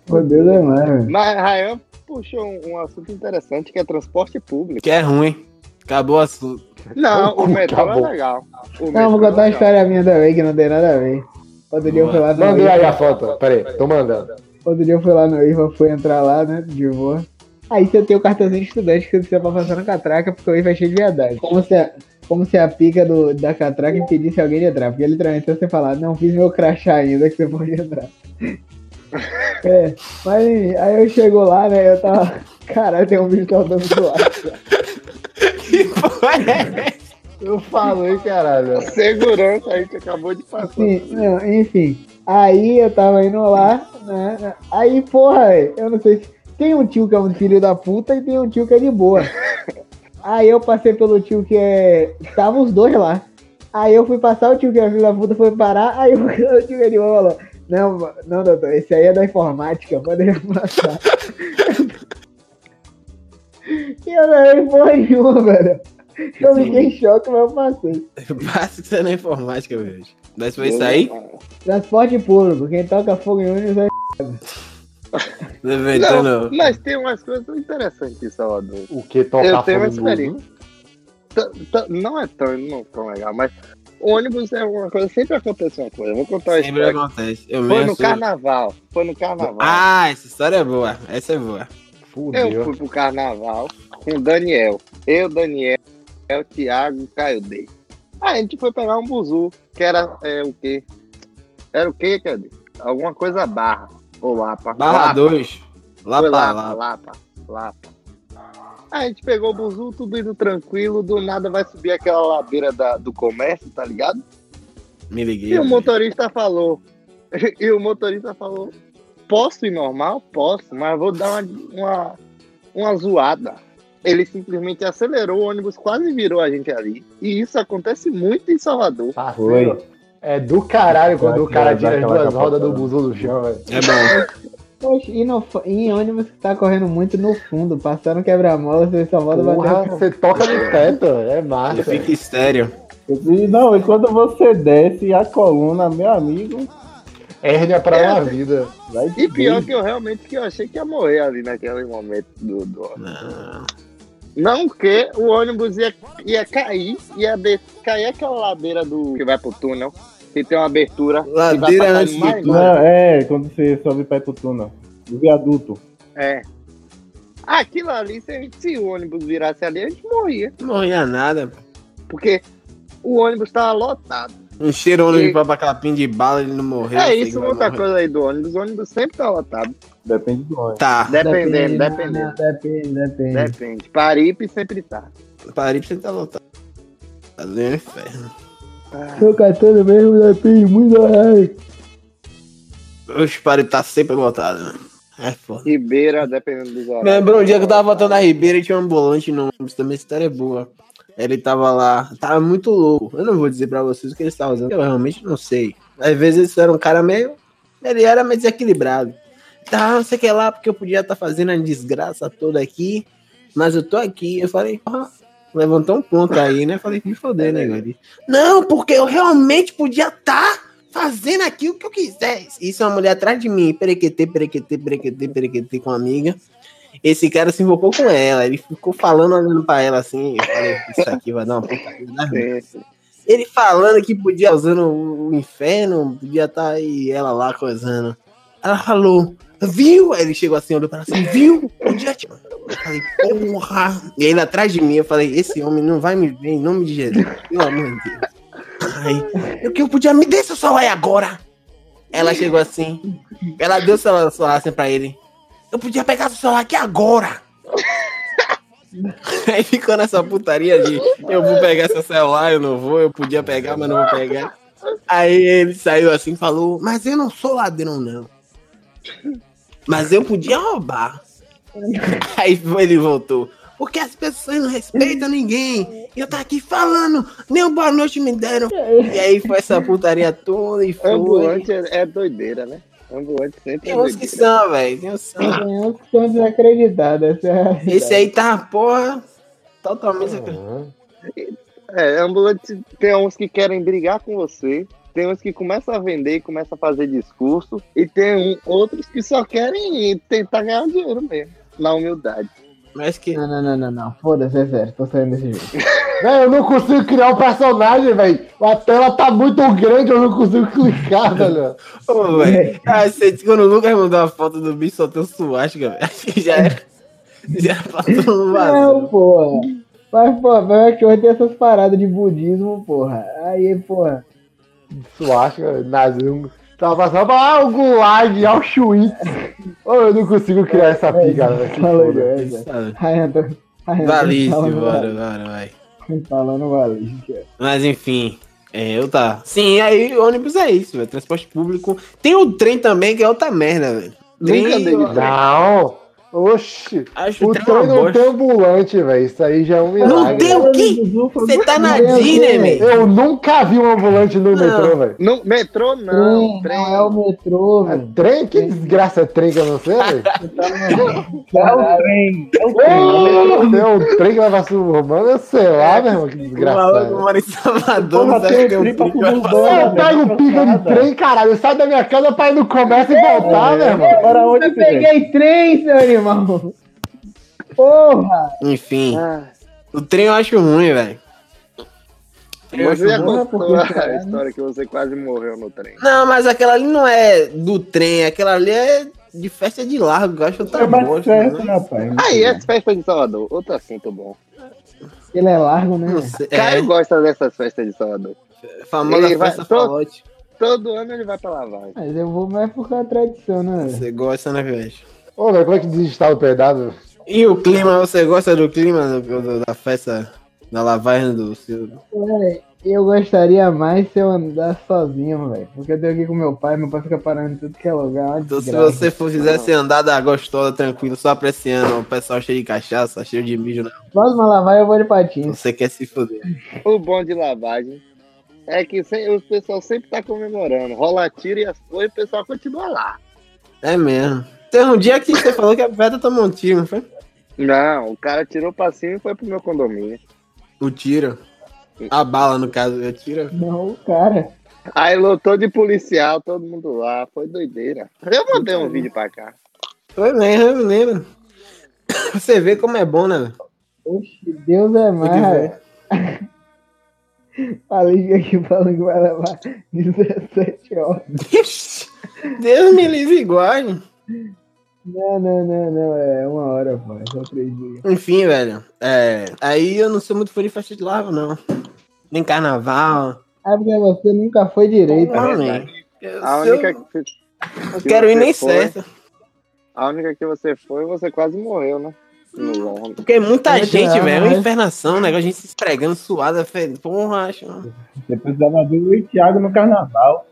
Speaker 2: Meu Deus é mais, velho.
Speaker 3: Mas Rayan puxou um, um assunto interessante que é transporte público.
Speaker 1: que é ruim. Acabou o assunto. [laughs]
Speaker 3: Não,
Speaker 5: Pô,
Speaker 3: o metrô
Speaker 5: acabou.
Speaker 3: é legal. O metrô
Speaker 2: Não, vou contar
Speaker 3: é
Speaker 2: uma
Speaker 3: legal.
Speaker 2: história minha também, que não tem nada a ver. Outro dia eu fui lá no
Speaker 5: Mandei aí
Speaker 2: IVA,
Speaker 5: a foto. Pera aí, tô mandando.
Speaker 2: outro dia eu fui lá no IVA, fui entrar lá, né, de boa. Aí você tem o cartãozinho de estudante que você tá precisa pra passar na catraca, porque o IVA é cheio de verdade. Como se a, como se a pica do, da catraca impedisse alguém de entrar, porque literalmente você falar, não fiz meu crachá ainda, que você pode entrar. [laughs] É, mas enfim, aí eu chego lá, né, eu tava... [laughs] Caralho, tem um bicho soltando do lado.
Speaker 1: Que porra é essa?
Speaker 5: Eu falei, caralho.
Speaker 3: Segurança, a gente acabou de passar.
Speaker 2: Sim, Assim, não, enfim. Aí eu tava indo lá, né? Aí, porra, velho, eu não sei se. Tem um tio que é um filho da puta e tem um tio que é de boa. Aí eu passei pelo tio que é. Tava os dois lá. Aí eu fui passar, o tio que é filho da puta foi parar, aí [laughs] o, o tio que é de boa falou: Não, ma- não, doutor, esse aí é da informática, pode passar. [laughs] e eu não errei porra nenhuma, velho. Eu fiquei em choque, mas eu passei.
Speaker 1: Basta que você é na informática, velho. Mas foi isso aí?
Speaker 2: Transporte público, quem toca fogo em ônibus é.
Speaker 1: Levantando.
Speaker 3: Não, mas tem umas coisas interessantes em Salvador.
Speaker 5: O que tocar
Speaker 3: Eu tenho uma
Speaker 5: fogo no
Speaker 3: experiência. T- t- Não é tão, não tão legal, mas ônibus é uma coisa. Sempre acontece uma coisa. Eu vou contar uma
Speaker 1: Sempre
Speaker 3: história.
Speaker 1: acontece. Eu
Speaker 3: tá Foi
Speaker 1: mesmo
Speaker 3: no
Speaker 1: sou-
Speaker 3: carnaval. Foi no carnaval.
Speaker 1: Ah, essa história é boa. Essa é boa.
Speaker 3: Eu
Speaker 5: Fudeu.
Speaker 3: fui pro carnaval com o Daniel. Eu, Daniel, o Thiago e o Caio Day. Aí a gente foi pegar um buzu, que era é, o quê? Era o quê, Cadê? Alguma coisa barra. Ou Lapa.
Speaker 1: Barra
Speaker 3: Lapa.
Speaker 1: 2. Lá
Speaker 3: Foi
Speaker 1: pra
Speaker 3: Lapa,
Speaker 1: lá.
Speaker 3: Lapa, Lapa. Aí a gente pegou o buzu, tudo indo tranquilo, do nada vai subir aquela ladeira da- do comércio, tá ligado?
Speaker 1: Me liguei.
Speaker 3: E o motorista falou. [laughs] E o motorista falou: Posso ir normal? Posso, mas vou dar uma, uma, uma zoada. Ele simplesmente acelerou, o ônibus quase virou a gente ali. E isso acontece muito em Salvador.
Speaker 5: Parceiro, É do caralho quando o cara tira as duas rodas do buzu do chão, velho.
Speaker 1: É bom.
Speaker 2: Poxa, e, no, fu- e em ônibus que tá correndo muito no fundo, passando quebra-mola, você só volta
Speaker 5: Porra,
Speaker 2: bater.
Speaker 5: você toca no teto, é
Speaker 1: Ele
Speaker 5: massa.
Speaker 1: fica estéreo.
Speaker 6: E não, e quando você desce a coluna, meu amigo,
Speaker 5: Hérnia pra
Speaker 3: É.
Speaker 5: uma vida. Vai
Speaker 3: E pior que eu realmente que eu achei que ia morrer ali naquele momento do, do-
Speaker 1: Não.
Speaker 3: Não que o ônibus ia, ia cair, ia de- cair aquela ladeira do que vai pro túnel, que tem uma abertura. que vai
Speaker 1: Ladeira
Speaker 3: passar
Speaker 1: antes do
Speaker 3: mais-
Speaker 1: túnel.
Speaker 6: não, é quando você sobe pra Itutuna, o viaduto.
Speaker 3: É. Aquilo ali, se, a gente- se o ônibus virasse ali, a gente morria.
Speaker 1: Não morria nada. pô.
Speaker 3: Porque o ônibus tava lotado.
Speaker 1: Encheram o ônibus
Speaker 3: E-
Speaker 1: Um de papacapim de bala, ele não morreu.
Speaker 3: é
Speaker 1: sei que
Speaker 3: isso,
Speaker 1: vai
Speaker 3: outra
Speaker 1: morrer.
Speaker 3: coisa aí do ônibus. O ônibus sempre tá lotado.
Speaker 6: Depende do ônibus.
Speaker 1: Tá,
Speaker 3: Dependendo,
Speaker 2: Não,
Speaker 3: dependendo.
Speaker 2: né? depende, depende.
Speaker 3: Depende. Paripe sempre tá.
Speaker 1: Paripe você tá lotado. Tá do inferno.
Speaker 3: Ah.
Speaker 2: Tô catando mesmo, depende muito da área.
Speaker 1: Oxe, Paripe tá sempre lotado, mano. É foda.
Speaker 3: Ribeira, dependendo dos horários.
Speaker 1: Lembra um dia que eu tava voltando na Ribeira e tinha um ambulante no ônibus também, essa história é boa. Ele tava lá, tava muito louco. Eu não vou dizer pra vocês o que ele estava usando, eu realmente não sei. Às vezes ele era um cara meio. Ele era meio desequilibrado. Tá, não sei o que lá, porque eu podia estar fazendo a desgraça toda aqui, mas eu tô aqui. Eu falei, porra, levantou um ponto aí, né? Falei, me foder, né, Guri? Não, porque eu realmente podia estar fazendo aqui o que eu quisesse. Isso é uma mulher atrás de mim, perequetê, perequetê, perequetê, perequetê com a amiga. Esse cara se invocou com ela, ele ficou falando, olhando pra ela assim. Eu falei, isso aqui vai dar uma putaria. na vida."
Speaker 3: Sim.
Speaker 1: Ele falando que podia usando o o inferno, podia estar aí ela lá coisando. Ela falou, viu? Aí ele chegou assim, olhou pra ela assim, viu? Podia te... Eu falei, porra! E ele atrás de mim, eu falei, esse homem não vai me ver em nome de Jesus, pelo amor de Deus. Aí, eu que eu podia, me deixa o celular aí agora! Ela chegou assim, ela deu o celular, o celular assim pra ele. Eu podia pegar seu celular aqui agora! [laughs] Aí ficou nessa putaria de eu vou pegar seu celular, eu não vou, eu podia pegar, mas não vou pegar. Aí ele saiu assim e falou, mas eu não sou ladrão, não. Mas eu podia roubar. [laughs] Aí ele voltou. Porque as pessoas não respeitam ninguém. E eu tá aqui falando, nem um boa noite me deram. E aí foi essa putaria toda e foi.
Speaker 3: Ambulante é, é doideira, né? Ambulante sempre é
Speaker 1: Tem uns que
Speaker 3: doideira.
Speaker 1: são, velho. Tem uns que são.
Speaker 2: Tem uns que são desacreditados, essa é a
Speaker 1: Esse aí tá, porra, totalmente.
Speaker 5: Uhum.
Speaker 3: É, ambulante tem uns que querem brigar com você, tem uns que começam a vender e começam a fazer discurso, e tem um- outros que só querem tentar ganhar dinheiro mesmo, na humildade.
Speaker 1: Mas que.
Speaker 2: Não, não, não, não, não. Foda-se, é sério, tô saindo desse jogo.
Speaker 5: Véi, eu não consigo criar um personagem, velho. A tela tá muito grande, eu não consigo clicar, velho.
Speaker 1: Ô, velho. Ah, você- quando o Lucas mandou a foto do bicho, só tem um suástica, velho. [laughs] Acho que já era. Já um era pra todo mundo
Speaker 2: Não,
Speaker 1: vazar.
Speaker 2: porra. Mas, é pô, o Cachorro tem essas paradas de budismo, porra. Aí, porra.
Speaker 5: Suástica, nazismo. Tava passando pra ah, o Gulag, ah, o Schwitz. Ô, eu não consigo criar essa
Speaker 1: É,
Speaker 5: pica, velho. Se
Speaker 2: Falou
Speaker 5: foda.
Speaker 2: isso. Ai, Antônio. Ai, Antônio,
Speaker 1: Valíssimo,
Speaker 2: falando
Speaker 1: bora, bora, vai.
Speaker 2: valíssimo, Falando valíssimo.
Speaker 1: Mas enfim. É, eu tá. Sim, aí ônibus é isso, velho. Transporte público. Tem o trem também, que é outra merda, velho. Trem,
Speaker 3: Nunca dei
Speaker 1: eu-
Speaker 5: Não! Oxi!
Speaker 1: Acho
Speaker 5: O
Speaker 1: o trem uma
Speaker 5: trem não
Speaker 1: bosta.
Speaker 5: tem ambulante, velho. Isso aí já é um milagre.
Speaker 1: Não tem o quê? Você tá na
Speaker 2: Meu
Speaker 1: Disney,
Speaker 2: Deus.
Speaker 1: man.
Speaker 5: Eu nunca vi um ambulante no metrô, velho.
Speaker 3: No metrô, não.
Speaker 2: Trem,
Speaker 3: trem.
Speaker 2: não é o metrô,
Speaker 5: É
Speaker 2: velho.
Speaker 5: trem? Que desgraça é trem que eu não sei,
Speaker 1: [laughs]
Speaker 5: velho?
Speaker 2: Caralho.
Speaker 5: É um trem que vai pra suburbana, sei lá, meu irmão, que
Speaker 1: O maluco
Speaker 5: desgraçado.
Speaker 1: mora em Salvador,
Speaker 6: Porra,
Speaker 1: não sabe
Speaker 6: tem
Speaker 1: que
Speaker 6: o trem pra
Speaker 1: trem que vai
Speaker 6: Cubatão.
Speaker 1: passar.
Speaker 5: Eu pego um pico de
Speaker 6: Desgraçado.
Speaker 5: trem, caralho. Eu saio da minha casa pra ir no comércio e
Speaker 1: É.
Speaker 2: Tá,
Speaker 5: voltar, meu irmão.
Speaker 6: Para onde
Speaker 2: Eu
Speaker 6: que vem?
Speaker 2: peguei três, seu animal. Porra.
Speaker 1: Enfim,
Speaker 3: Ah,
Speaker 1: o trem eu acho ruim, velho.
Speaker 3: você já
Speaker 2: morro
Speaker 3: contou
Speaker 2: porque,
Speaker 3: a
Speaker 2: cara,
Speaker 3: história que você quase morreu no trem.
Speaker 1: Não, mas aquela ali não é do trem, aquela ali é de festa de largo, eu acho que
Speaker 6: É
Speaker 1: tá
Speaker 6: mais
Speaker 1: bosta.
Speaker 6: certo,
Speaker 1: né?
Speaker 6: rapaz.
Speaker 3: Aí, as festas de Salvador, outro assunto bom.
Speaker 2: Ele é largo, né?
Speaker 1: Não sei,
Speaker 3: Caio gosta dessas festas de Salvador.
Speaker 1: é, famosa
Speaker 3: Ele vai-
Speaker 1: festa
Speaker 3: Tô-
Speaker 1: falote.
Speaker 3: Todo ano ele vai pra lavagem.
Speaker 2: Mas eu vou mais por causa da tradição, né? velho?
Speaker 1: Você gosta, né, velho?
Speaker 5: Ô, velho, como é que desinstala o pedaço?
Speaker 1: E o clima, você gosta do clima do- do- da festa, da lavagem do seu...
Speaker 2: Ué, Eu gostaria mais se eu andar sozinho, velho. Porque eu tenho aqui com meu pai, meu pai fica parando em tudo que é lugar. é uma
Speaker 1: Então, se
Speaker 2: desgraça.
Speaker 1: você for, fizesse andada gostosa, tranquila, só apreciando o pessoal cheio de cachaça, cheio de mijo, né?
Speaker 2: Próxima lá vai, eu vou de patins.
Speaker 1: você quer se fuder.
Speaker 3: O bom de lavagem é que sem- o pessoal sempre tá comemorando. Rola tiro e as coisas, o pessoal continua lá.
Speaker 1: É mesmo. Tem um dia que você falou que a Beta tomou um tiro, não foi?
Speaker 3: Não, o cara tirou pra cima e foi pro meu condomínio.
Speaker 1: O tiro. A bala, no caso, eu tiro.
Speaker 2: Não, cara.
Speaker 3: Aí lotou de policial, todo mundo lá. Foi doideira. Eu mandei um vídeo pra cá.
Speaker 1: Foi mesmo, eu me lembro. [coughs] Você vê como é bom, né? velho?
Speaker 2: Oxe, Deus é
Speaker 1: Fui de
Speaker 2: mais.
Speaker 1: velho.
Speaker 2: Falei aqui falando que vai levar [laughs] 17 horas.
Speaker 1: Ixi, Deus me livre igual. hein?
Speaker 2: Não, não, não, não. É uma hora, pô. É só três dias.
Speaker 1: Enfim, velho. É, aí eu não sou muito fã de festa de larva, não. Nem carnaval.
Speaker 2: Ah, porque você nunca foi direito.
Speaker 1: Não,
Speaker 3: verdade.
Speaker 1: velho. Eu,
Speaker 3: A
Speaker 1: eu-
Speaker 3: única, que,
Speaker 1: eu quero ir nem
Speaker 3: foi.
Speaker 1: certo.
Speaker 3: a única que você foi, você quase morreu, né? No longo.
Speaker 1: Porque muita
Speaker 2: Muito
Speaker 1: gente,
Speaker 2: legal,
Speaker 1: velho. É uma
Speaker 2: né?
Speaker 1: infernação, né? A gente se esfregando, suada, fe... porra, acho. mano.
Speaker 6: Você precisava ver o Thiago no carnaval.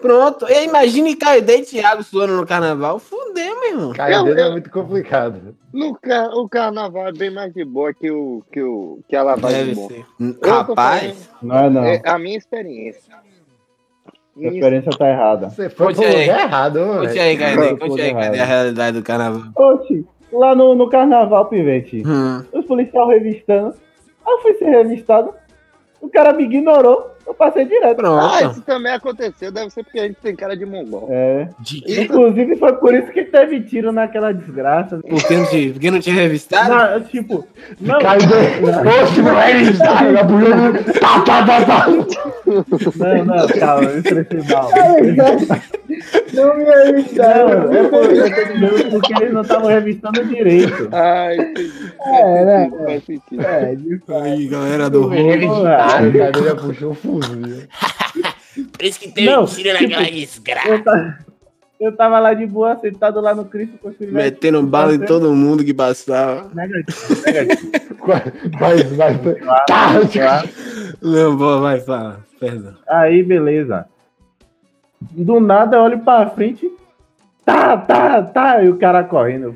Speaker 1: Pronto. E imagine Caidei e Thiago suando no carnaval. Fudeu, meu irmão.
Speaker 5: Cair
Speaker 3: Eu-
Speaker 5: dele é
Speaker 3: eu-
Speaker 5: muito complicado.
Speaker 3: No ca- o carnaval é bem mais de boa que, o, que, o, que a lavagem
Speaker 1: Deve
Speaker 3: de boa.
Speaker 1: ser.
Speaker 3: Eu tô
Speaker 1: Rapaz,
Speaker 6: Não é não.
Speaker 3: É a minha experiência.
Speaker 6: Sua
Speaker 3: Minha
Speaker 6: experiência tá errada.
Speaker 5: Você foi
Speaker 1: Conte
Speaker 5: pro
Speaker 1: aí.
Speaker 5: lugar errado,
Speaker 1: conte
Speaker 5: velho.
Speaker 1: aí, Caidei.
Speaker 6: Eu tô
Speaker 1: Conte aí,
Speaker 6: errado.
Speaker 1: Caidei, a realidade do carnaval.
Speaker 6: Oxi, lá no, no carnaval, Pivete,
Speaker 1: Hum.
Speaker 6: os policiais revistando. Aí eu fui ser revistado. O cara me ignorou. Eu passei direto.
Speaker 3: Ah,
Speaker 1: Pronto.
Speaker 3: isso também aconteceu, deve ser porque a gente tem cara de mongol.
Speaker 6: É.
Speaker 1: De-
Speaker 6: Inclusive foi por isso que teve tiro naquela desgraça.
Speaker 1: Por que não te, por que não te revistado?
Speaker 6: Não, eu, tipo, não,
Speaker 5: Cair dele. Oxe, não é isso. tá? Ele apoiou no- Tá, tá, tá, tá.
Speaker 6: não, não, calma, eu um expressei mal.
Speaker 3: É
Speaker 2: Não me avisaram.
Speaker 6: Não, eu tô eu tô dizendo porque eles não estavam revistando direito.
Speaker 3: Ah, entendi.
Speaker 2: É, né?
Speaker 3: Faz sentido, faz sentido.
Speaker 2: É, de fato.
Speaker 1: Aí, galera do Rio.
Speaker 6: Porra.
Speaker 5: Cara, ele puxou o fuzil.
Speaker 7: Por isso que teve
Speaker 6: Não,
Speaker 7: tiro
Speaker 6: tipo,
Speaker 7: naquela desgraça.
Speaker 6: Eu tava, eu tava lá de boa, sentado lá no Cristo construindo.
Speaker 1: Metendo um bala em todo mundo que passava.
Speaker 5: Mas vai. Tá,
Speaker 1: Não, boa, vai, fala. Perdão.
Speaker 6: Aí, beleza. Do nada, eu olho pra frente. Tá, tá, tá. E o cara correndo.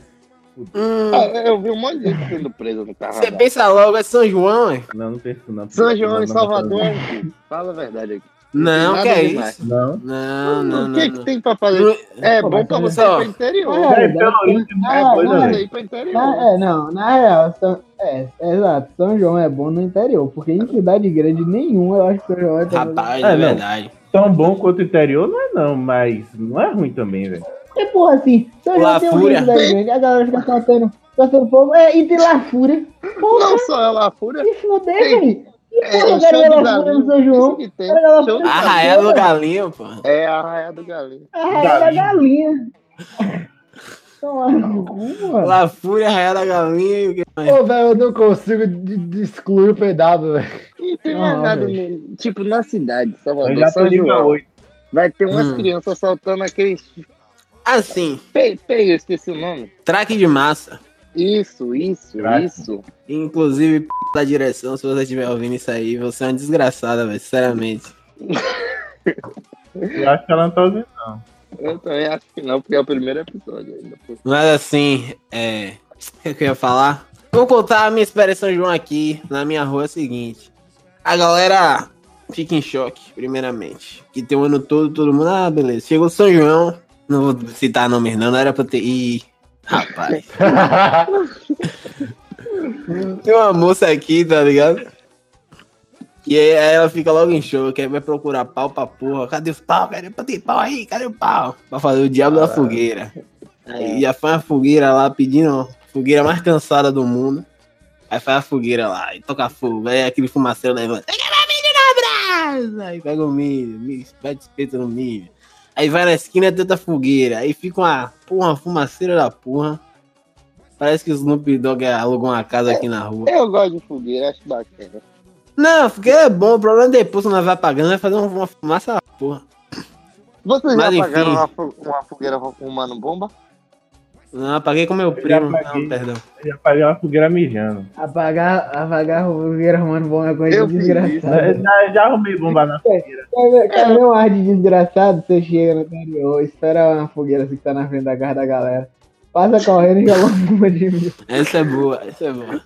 Speaker 1: Hum,
Speaker 3: Ah, Eu vi um monte de gente sendo presa no
Speaker 1: você
Speaker 3: carnaval.
Speaker 1: pensa logo, é São João, hein?
Speaker 6: Não, não penso não.
Speaker 3: São João
Speaker 6: Não, não,
Speaker 3: em Salvador é um filme. Fala a verdade aqui.
Speaker 1: Não,
Speaker 3: Nada
Speaker 1: que é
Speaker 3: demais.
Speaker 1: isso?
Speaker 6: Não.
Speaker 1: Não, não,
Speaker 3: o que,
Speaker 1: não.
Speaker 3: que
Speaker 1: não.
Speaker 3: tem pra fazer?
Speaker 1: Não-
Speaker 3: É
Speaker 2: Pô,
Speaker 3: bom
Speaker 2: mas
Speaker 3: pra
Speaker 2: é
Speaker 3: você
Speaker 1: só-
Speaker 3: ir pro interior.
Speaker 2: É,
Speaker 6: É, pelo último,
Speaker 3: É
Speaker 2: Ah,
Speaker 3: bom pra
Speaker 2: mas-
Speaker 3: você ir pro interior.
Speaker 2: Na, é, não, na real, São, é, é exato, São João é bom no interior, porque em cidade grande nenhuma eu acho que São João é tão bom.
Speaker 1: Rapaz,
Speaker 6: É,
Speaker 1: de
Speaker 6: não.
Speaker 1: verdade.
Speaker 6: Tão bom quanto o interior não é não, mas não é ruim também, velho.
Speaker 2: É porra assim, São João
Speaker 1: La
Speaker 2: tem um
Speaker 1: Fúria.
Speaker 2: rio em cidade grande, a galera tá fica soltando, soltando fogo, é, e tem La Fúria, porra,
Speaker 3: Não só é lá fúria.
Speaker 2: se fuder,
Speaker 3: Tem-
Speaker 2: velho. Que
Speaker 3: É,
Speaker 2: porra,
Speaker 3: o
Speaker 2: cara,
Speaker 3: show
Speaker 2: é
Speaker 3: do
Speaker 2: La Fúria no São
Speaker 3: galinho. Isso
Speaker 2: Jogo?
Speaker 3: que tem.
Speaker 2: Olha lá,
Speaker 3: Show do
Speaker 2: Ah,
Speaker 3: galinho.
Speaker 1: Arraial do Galinho, pô.
Speaker 3: É a raia do galinho.
Speaker 2: Ah, é da galinha. Toma no cu, mano.
Speaker 1: La Fúria, Arraial da Galinha. e o quê?
Speaker 5: Ô, velho, eu não consigo de, de excluir o pedaço, velho.
Speaker 3: E tem
Speaker 2: Não,
Speaker 3: mais nada
Speaker 2: velho.
Speaker 3: mesmo. Tipo, na cidade, Salvador,
Speaker 6: Eu já tô
Speaker 3: São
Speaker 6: nível
Speaker 3: João,
Speaker 6: 8.
Speaker 3: vai ter umas
Speaker 1: Hum.
Speaker 3: crianças soltando aqueles...
Speaker 1: Assim,
Speaker 3: Pei, pei, eu esqueci o nome.
Speaker 1: traque de massa.
Speaker 3: Isso, isso,
Speaker 6: Graça.
Speaker 3: isso.
Speaker 1: Inclusive, p... da direção, se você estiver ouvindo isso aí, você é uma desgraçada, velho. Sinceramente.
Speaker 6: Eu acho que ela não tá ouvindo.
Speaker 3: Eu também acho que não, porque é o primeiro episódio ainda. pô.
Speaker 1: Mas assim, é. O que que eu ia falar? Vou contar a minha experiência em São João aqui, na minha rua, é o seguinte. A galera fica em choque, primeiramente. Que tem o ano todo, todo mundo. Ah, beleza. Chegou São João. Não vou citar nomes, não, não era pra ter. Ih, rapaz. Tem uma moça aqui, tá ligado? E aí aí ela fica logo em choque, aí vai procurar pau pra porra. Cadê os pau? Cadê pra ter pau aí? Cadê o pau? Pra fazer o diabo da fogueira. Aí já faz a fogueira lá pedindo a fogueira mais cansada do mundo. Aí faz a fogueira lá e toca fogo. Aí aquele fumaceiro levanta. Pega meu milho na brasa! Aí pega o milho, milho pede espeto no milho. Aí vai na esquina tenta a fogueira. Aí fica uma porra, uma fumaceira da porra. Parece que o Snoop Dogg alugou uma casa aqui na rua.
Speaker 3: Eu gosto de fogueira, acho bacana.
Speaker 1: Não, porque é bom. O problema é depois, quando nós vai apagando, vai fazer uma fumaça da porra.
Speaker 3: Vocês
Speaker 1: Mas,
Speaker 3: já apagaram
Speaker 1: enfim.
Speaker 3: uma, fo- uma fogueira ro- humano bomba?
Speaker 1: Não, apaguei com meu
Speaker 6: já
Speaker 1: primo.
Speaker 6: apaguei.
Speaker 1: Não, perdão.
Speaker 6: Já paguei uma fogueira mijando.
Speaker 2: [laughs] Apagar, apagar o fogueira arrumando bom é coisa
Speaker 3: Eu
Speaker 2: de
Speaker 3: fiz
Speaker 4: Né?
Speaker 2: desgraçada.
Speaker 6: Já, já arrumei bomba na
Speaker 2: Quer ver- Quer ver um ar de desgraçado? Você chega no interior, espera uma fogueira assim que tá na frente da casa da galera. Passa correndo e joga uma bomba de milho.
Speaker 1: Essa é boa, essa é boa.